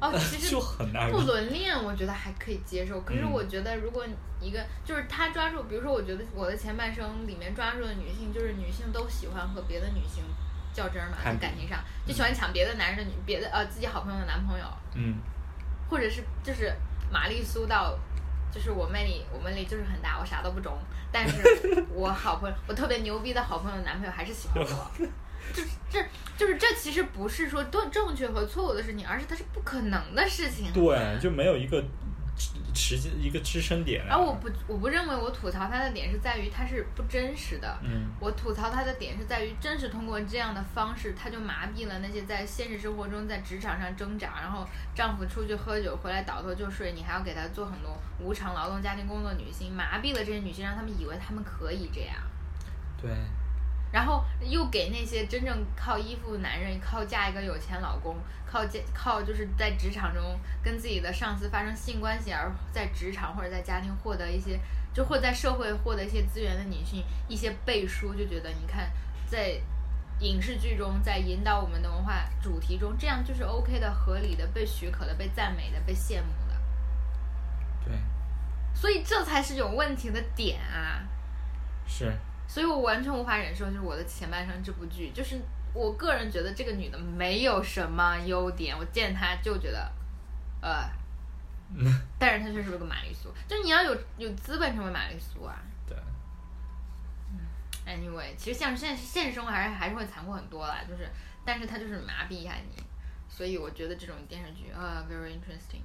哦哦，其实
就很那
不
个，
伦恋，我觉得还可以接受。可是
嗯
我觉得，如果一个、就是他抓住，比如说，我觉得我的前半生里面抓住的女性，就是女性都喜欢和别的女性较真儿嘛，
攀
在
比
感情上就喜欢抢别的男人的女，别的呃自己好朋友的男朋友，
嗯，
或者是就是玛丽苏到，就是我魅力，我魅力就是很大，我啥都不中，但是我好朋友，我特别牛逼的好朋友的男朋友还是喜欢 我， 就是这就是这其实不是说对正确和错误的事情，而是它是不可能的事情。啊
对，就没有一个持持一个支撑点啊来
而啊我不，我不认为我吐槽他的点是在于他是不真实的，
嗯，
我吐槽他的点是在于，真是通过这样的方式，他就麻痹了那些在现实生活中在职场上挣扎，然后丈夫出去喝酒回来倒头就睡，你还要给他做很多无偿劳动、家庭工作的女性，麻痹了这些女性，让她们以为她们可以这样，
对，
然后又给那些真正靠依附男人、靠嫁一个有钱老公、靠嫁靠就是在职场中跟自己的上司发生性关系，而在职场或者在家庭获得一些，就或者在社会获得一些资源的女性一些背书，就觉得你看在影视剧中，在引导我们的文化主题中，这样就是 OK 的、合理的、被许可的、被赞美的、被羡慕的。
对，
所以这才是有问题的点啊！
是，
所以我完全无法忍受，就是我的前半生这部剧，就是我个人觉得这个女的没有什么优点，我见她就觉得，呃，
嗯，
但是她确实是个玛丽苏，就是你要有有资本成为玛丽苏啊，
对，
anyway，其实像现现实生活还是还是会残酷很多啦，就是，但是它就是麻痹一下你，所以我觉得这种电视剧啊、v e r y interesting。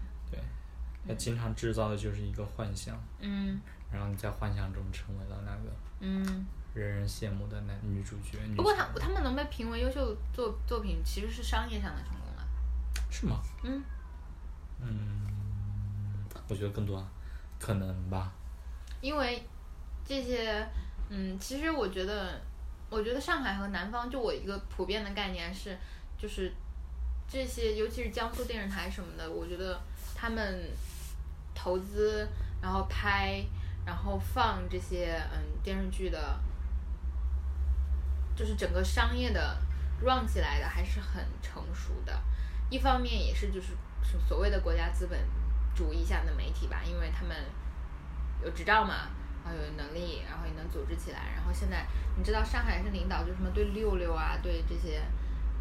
它经常制造的就是一个幻想，
嗯
然后你在幻想中成为了那个
嗯，
人人羡慕的男女主角。女
不过
强
他他们能被评为优秀作作品，其实是商业上的成功了。
是吗？
嗯
嗯，我觉得更多啊，可能吧。
因为这些，嗯，其实我觉得，我觉得上海和南方，就我一个普遍的概念是，就是这些，尤其是江苏电视台什么的，我觉得他们投资，然后拍，然后放这些嗯电视剧的，就是整个商业的 run 起来的还是很成熟的。一方面也是就是是所谓的国家资本主义下的媒体吧，因为他们有执照嘛，然后有能力，然后也能组织起来。然后现在你知道上海市领导就什么对六六啊，对这些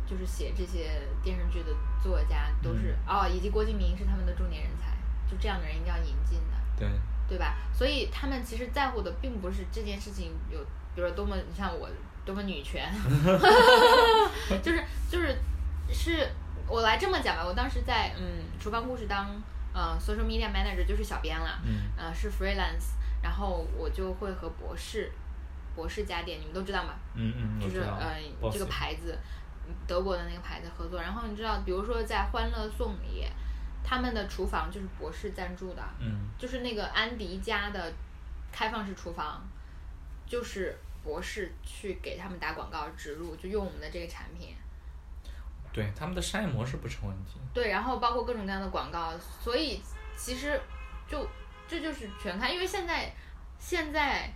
就是写这些电视剧的作家都是、哦，以及郭敬明是他们的重点人才，就这样的人一定要引进的。
对，
对吧？所以他们其实在乎的并不是这件事情有，比如说多么，你像我多么女 权，就是就是是我来这么讲吧，我当时在嗯厨房故事当呃 social media manager 就是小编啦，
嗯
呃是 freelance，然后我就会和博士博士家电，你们都知道吗？
嗯嗯，
就
我
是
知道。
呃这个
Boss
牌子，嗯德国的那个牌子合作。然后你知道，比如说在欢乐颂里，他们的厨房就是博士赞助的。
嗯
就是那个安迪家的开放式厨房，就是博士去给他们打广告植入，就用我们的这个产品。
对，他们的商业模式不成问题。
对，然后包括各种各样的广告，所以其实就这就是全看，因为现在现在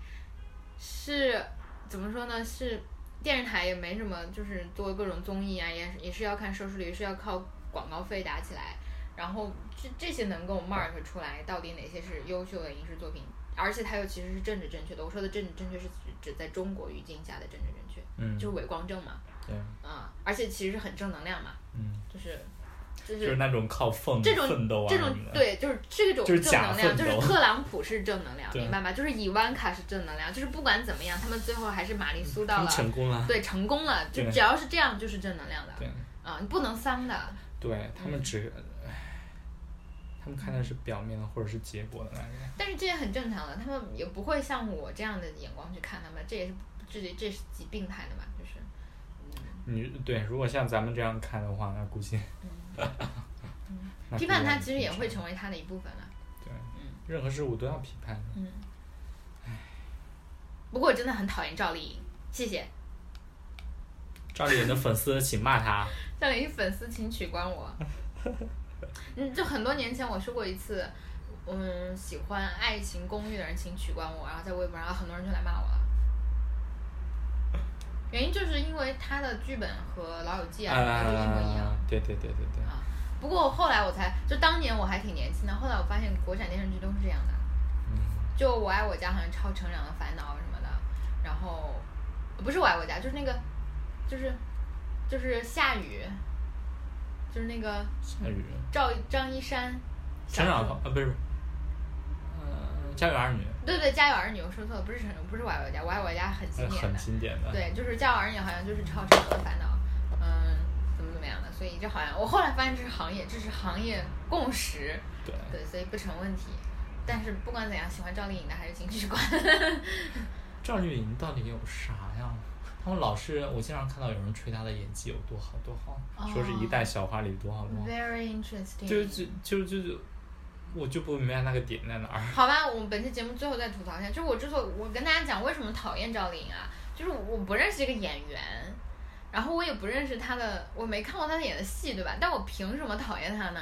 是怎么说呢？是电视台也没什么，就是做各种综艺啊，也是也是要看收视率，也是要靠广告费打起来。然后这这些能够 mark 出来到底哪些是优秀的影视作品，而且它又其实是政治正确的。我说的政治正确是指指在中国语境下的政治正确，
嗯，
就是伪光正嘛，
对，
啊、而且其实很正能量嘛，
嗯，
就是就
就是那种靠奋
这种
奋斗啊
这
什
种
么的。
对，就是这种
就是
正
假
能量，就
奋斗
是特朗普是正能量，
对
明白吗？就是伊万卡是正能量，就是不管怎么样，他们最后还是玛丽苏
他
到
们嗯
了，
成功了。
对，成功了，就
对
只要是这样就是正能量的，
对
啊、你不能丧的，嗯
对，他们只，唉他们看的是表面的或者是结果的那种。
但是这也很正常的，他们也不会像我这样的眼光去看他们，这也是这这是极病态的嘛，就是，
你对，如果像咱们这样看的话，那估计 那
嗯
估
批
计
判
还
他
是
其实
挺
也会
少
成为他的一部分了，
对，任何事物都要批判的。
嗯，不过我真的很讨厌赵丽颖，谢谢
赵丽颖的粉丝请骂 他。
赵丽颖粉丝请取关我。 嗯，就很多年前我说过一次，嗯，喜欢《爱情公寓》的人请取关我，然后在微博上很多人就来骂我了。原因就是因为他的剧本和《老友记》啊，就一模一样。
啊，对对对对对，
啊，不过后来我才，就当年我还挺年轻的，后来我发现国产电视剧都是这样的，
嗯，
就我爱我家好像超成长的烦恼什么的，然后不是我爱我家，就是那个，就是就是夏雨，就是那个
夏雨，
赵张一山，
成长
嗯小
啊不是，不是呃，家有儿女，
对对，家有儿女，我说错了，不是成不是我爱我家，我爱我家很经
呃
典
很
的，
经典的。
对，就是家有儿女好像就是超成长的烦恼，嗯，怎么怎么样的，所以这好像我后来发现这是行业，这是行业共识，
对，
对，所以不成问题。但是不管怎样，喜欢赵丽颖的还是请取 关。
赵丽颖到底有啥呀？他们老是，我经常看到有人吹她的演技有多好多
哦
好，说是一代小花里多好多好，
Very interesting。
就就就就就，我就不明白那个点在哪儿。
好吧，我们本期节目最后再吐槽一下，就是我之所以我跟大家讲为什么讨厌赵丽颖啊，就是我不认识这个演员，然后我也不认识她的，我没看过她演的戏，对吧？但我凭什么讨厌她呢？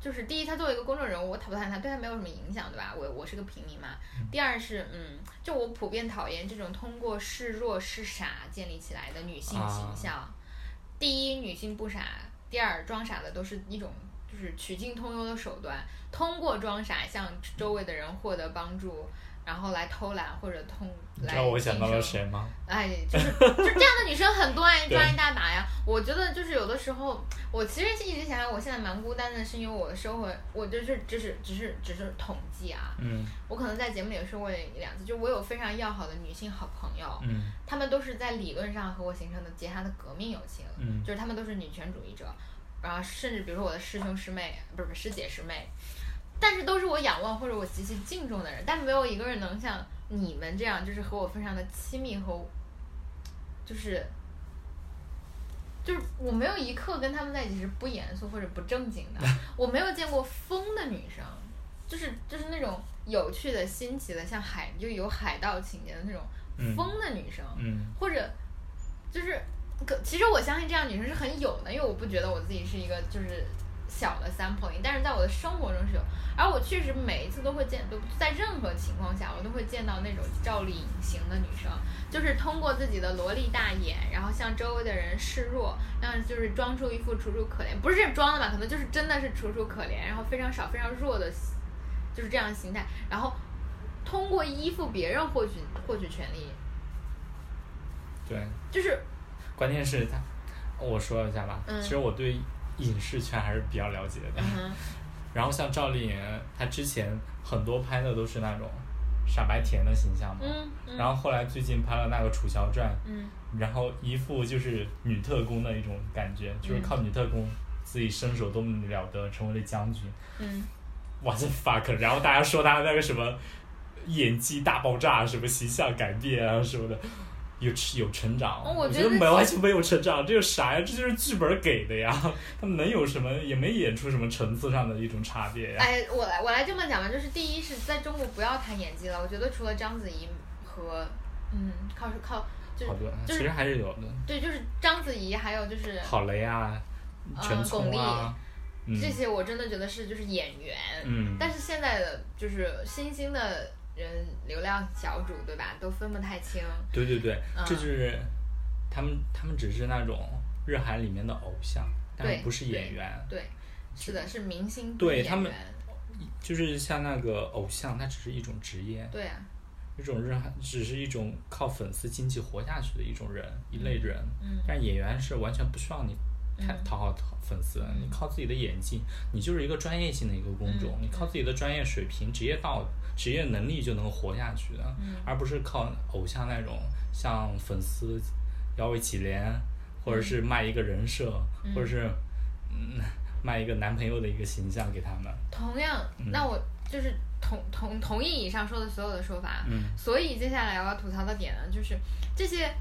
就是第一，她作为一个公众人物，我讨不讨厌她，对她没有什么影响，对吧？我我是个平民嘛。第二是，嗯，就我普遍讨厌这种通过示弱示傻建立起来的女性形象。第一，女性不傻；第二，装傻的都是一种就是曲径通幽的手段，通过装傻向周围的人获得帮助，然后来偷懒或者通
你
来
知道我想到了
晋升
谁吗？
哎，就是就这样的女生很多啊，
对
抓一大把呀。我觉得就是有的时候，我其实一直想想，我现在蛮孤单的，是因为我的生活，我就是只是只是只是统计啊。
嗯
我可能在节目里也说过一两次，就我有非常要好的女性好朋友，
嗯
她们都是在理论上和我形成的结下的革命友情，
嗯
就是她们都是女权主义者，然后甚至比如说我的师兄师妹，不是不是师姐师妹，但是都是我仰望或者我极其敬重的人，但没有一个人能像你们这样，就是和我非常的亲密和，就是。就是我没有一刻跟他们在一起是不严肃或者不正经的，我没有见过疯的女生，就是就是那种有趣的、新奇的，像海就有海盗情节的那种
嗯
疯的女生，
嗯
或者就是可其实我相信这样女生是很有的，因为我不觉得我自己是一个就是小的 sampling，但是在我的生活中是有，而我确实每一次都会见，都在任何情况下我都会见到那种照例隐形的女生，就是通过自己的萝莉大眼，然后向周围的人示弱，然后就是装出一副楚楚可怜，不是装的吧，可能就是真的是楚楚可怜，然后非常少非常弱的，就是这样的形态，然后通过依附别人获取获取权利，
对，
就是
关键是他，我说一下吧，
嗯
其实我对影视圈还是比较了解的。
嗯哼。
然后像赵丽颖，她之前很多拍的都是那种傻白甜的形象嘛，
嗯，嗯
然后后来最近拍了那个《楚乔传》，
嗯
然后一副就是女特工的一种感觉，就是
嗯
靠女特工自己身手都了得，成为了将军。
嗯，
哇，这 fuck！然后大家说她那个什么演技大爆炸，什么形象改变啊什么的，有有成长。
哦我
我
觉
得
得
没
其
完全没有成长，这有啥呀？这就是剧本给的呀， 他们能有什么？也没演出什么层次上的一种差别呀。
哎，我来我来这么讲吧，就是第一是在中国不要谈演技了，我觉得除了章子怡和嗯靠是靠就
好
是
的，其
就是
实还是有的。
对就是章子怡还有就是
郝蕾啊，
呃
陈
巩
冲啊，嗯
这些我真的觉得是就是演员，
嗯，
但是现在的就是新兴的人流量小主对吧，都分不太清，
对对对，
嗯
这就是他们，他们只是那种日韩里面的偶像，但
对
是不是演员。
对，是的是明星
对
演
他们
员，
就是像那个偶像，他只是一种职业，
对啊，
一种日韩，只是一种靠粉丝经济活下去的一种人，一类人。
嗯
但演员是完全不需要你太
嗯
讨好粉丝，你靠自己的演技，你就是一个专业性的一个工种，
嗯
你靠自己的专业水平、职业道、职业能力就能活下去的，
嗯
而不是靠偶像那种像粉丝摇尾乞怜，或者是卖一个人设，
嗯
或者是嗯卖一个男朋友的一个形象给他们。
同样，
嗯
那我就是同同同意以上说的所有的说法。
嗯
所以接下来我要吐槽的点呢，就是这些，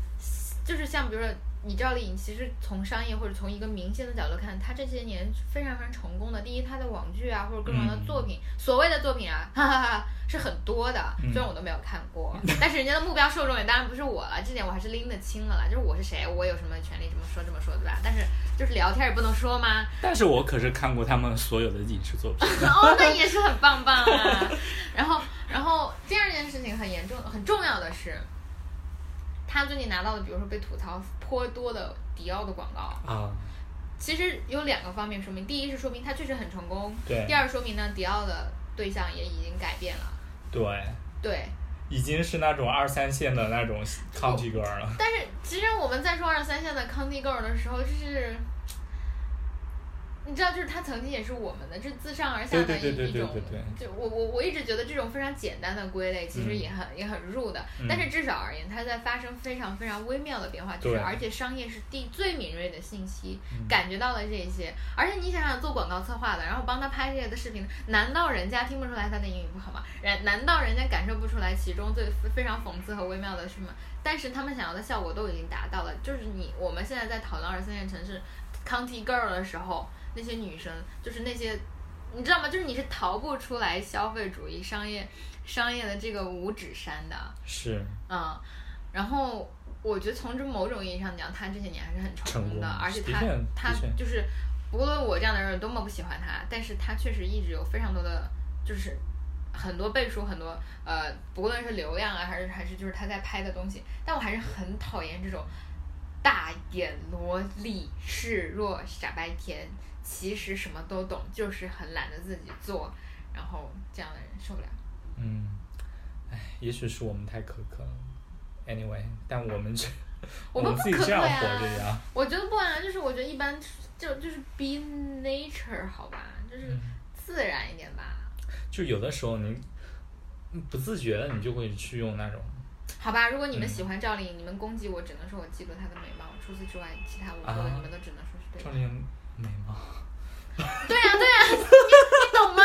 就是像比如说你赵丽颖，其实从商业或者从一个明星的角度看，她这些年是非常非常成功的。第一，她的网剧啊或者各种的
嗯嗯
作品，所谓的作品啊， 哈哈哈，是很多的，虽然我都没有看过，但是人家的目标受众也当然不是我了，这点我还是拎得清的啦。就是我是谁，我有什么权利这么说这么说，对吧？但是就是聊天也不能说吗？
但是我可是看过他们所有的影视作品。
哦，那也是很棒棒啊。然后，然后第二件事情很严重、很重要的是，他最近拿到的，比如说被吐槽颇多的迪奥的广告，
啊，
其实有两个方面说明：第一是说明他确实很成功；
对
第二说明呢，迪奥的对象也已经改变了。
对，
对，
已经是那种二三线的那种 country girl 了。
但是其实我们在说二三线的 Conti Girl 的时候，就是。你知道，就是他曾经也是我们的，这自上而下的一
对对对对
一种
对对对
就我我我一直觉得这种非常简单的归类，其实也很、也很入的。
嗯
但是至少而言，它在发生非常非常微妙的变化，就是
对
而且商业是第最敏锐的信息，
嗯
感觉到了这些。而且你想想，做广告策划的，然后帮他拍这些的视频，难道人家听不出来他的英语不好吗？然难道人家感受不出来其中最非常讽刺和微妙的是吗？但是他们想要的效果都已经达到了，就是你我们现在在讨论二三线城市 county girl 的时候，那些女生就是那些，你知道吗？就是你是逃不出来消费主义商业商业的这个五指山的。
是，
嗯，然后我觉得从这某种意义上讲，他这些年还是很成功的，
成功
而且
的
他
确的
他
确
就是，无论我这样的人有多么不喜欢他，但是他确实一直有非常多的，就是很多倍数，很多呃，不论是流量啊，还是还是就是他在拍的东西，但我还是很讨厌这种大眼萝莉、示弱、傻白甜，其实什么都懂，就是很懒得自己做，然后这样的人受不了。
嗯，也许是我们太苛刻了。Anyway，但我们这
我们
们
不啊
自己
苛刻
这样活
呀
着呀，
我觉得不然，就是我觉得一般就就是 be nature 好吧，就是
嗯
自然一点吧，
就有的时候你不自觉的你就会去用那种
好吧。如果你
嗯
们喜欢赵丽颖，你们攻击我只能说我嫉妒她的美貌，除此之外，其他我说的
啊
你们都只能说是对的
赵。丽颖美貌。
对呀、对 呀、你你懂吗？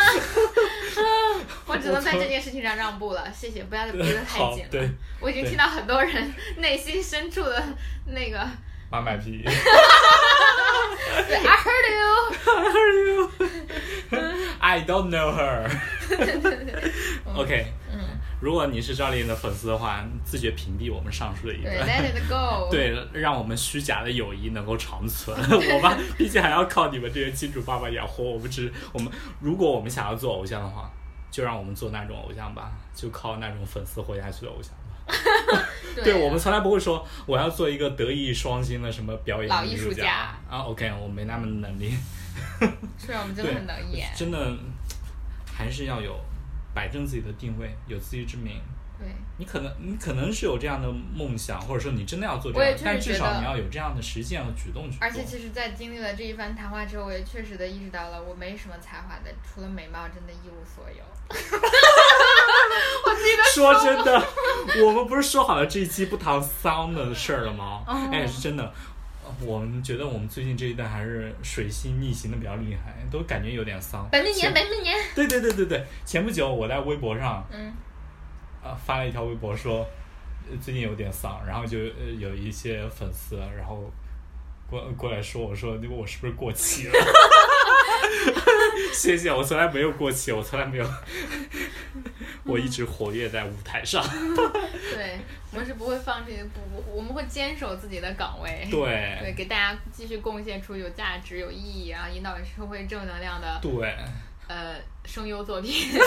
我只能在这件事情上让步了，谢谢，不要再逼得 太
好
紧，了。
对，
我已经听到很多人内心深处的那个
马买皮。
对 I heard you，
I don't know her 。OK，
嗯，
如果你是赵丽颖的粉丝的话，自觉屏蔽我们上述的一
对
段。
，Let it go，
对，让我们虚假的友谊能够长存。我吧，毕竟还要靠你们这些金主爸爸养活我们只。我们如果我们想要做偶像的话，就让我们做那种偶像吧，就靠那种粉丝活下去的偶像吧。
对
对我们从来不会说我要做一个德艺双馨的什么表演
老
艺
艺
术
术
家啊。OK，我没那么能力，
虽然我们真的很能演，
真的还是要有摆正自己的定位，有自知之明。
对，
你可能你可能是有这样的梦想，或者说你真的要做这
我也
样
确，实
但至
觉
少
得
你要有这样的实践和举动去做。
而且其实，在经历了这一番谈话之后，我也确实的意识到了，我没什么才华的，除了美貌，真的一无所有。
啊
我记得
说真的，我们不是说好了这一期不谈丧的事儿了吗？
哦
哎，是真的，我们觉得我们最近这一段还是水星逆行的比较厉害，都感觉有点丧。
本命
前
年，本命年，
对对对对对，前不久我在微博上
嗯，
啊、发了一条微博说，呃最近有点丧，然后就、呃、有一些粉丝然后过过来说我说我是不是过期了？ 谢谢，我从来没有过期，我从来没有， 我一直活跃在舞台上。
嗯对， 我们是不会放弃，不不，我们会坚守自己的岗位。
对
对，给大家继续贡献出有价值、有意义，然后引导社会正能量的
对，
呃声优作品。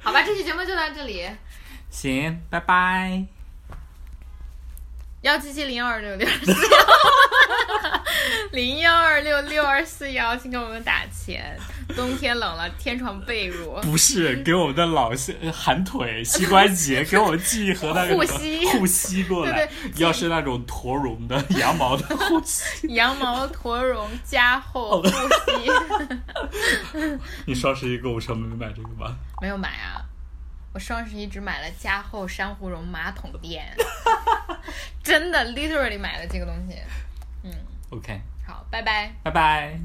好吧，这期节目就到这里，
行，拜拜。
幺七七零二六六四幺，零幺二六六二四幺，请给我们打钱。冬天冷了，天床被褥。
不是给我们的老膝寒腿、膝关节，给我们寄一盒那个
护膝
护膝过来，
对
要是那种驼绒的、羊毛的护 膝。
羊毛驼绒加厚护膝，
你双十一购物车没买这个吧？
没有买啊！我双十一只买了加厚珊瑚绒马桶垫，真的 literally 买了这个东西。
OK，
好，拜拜。
拜拜。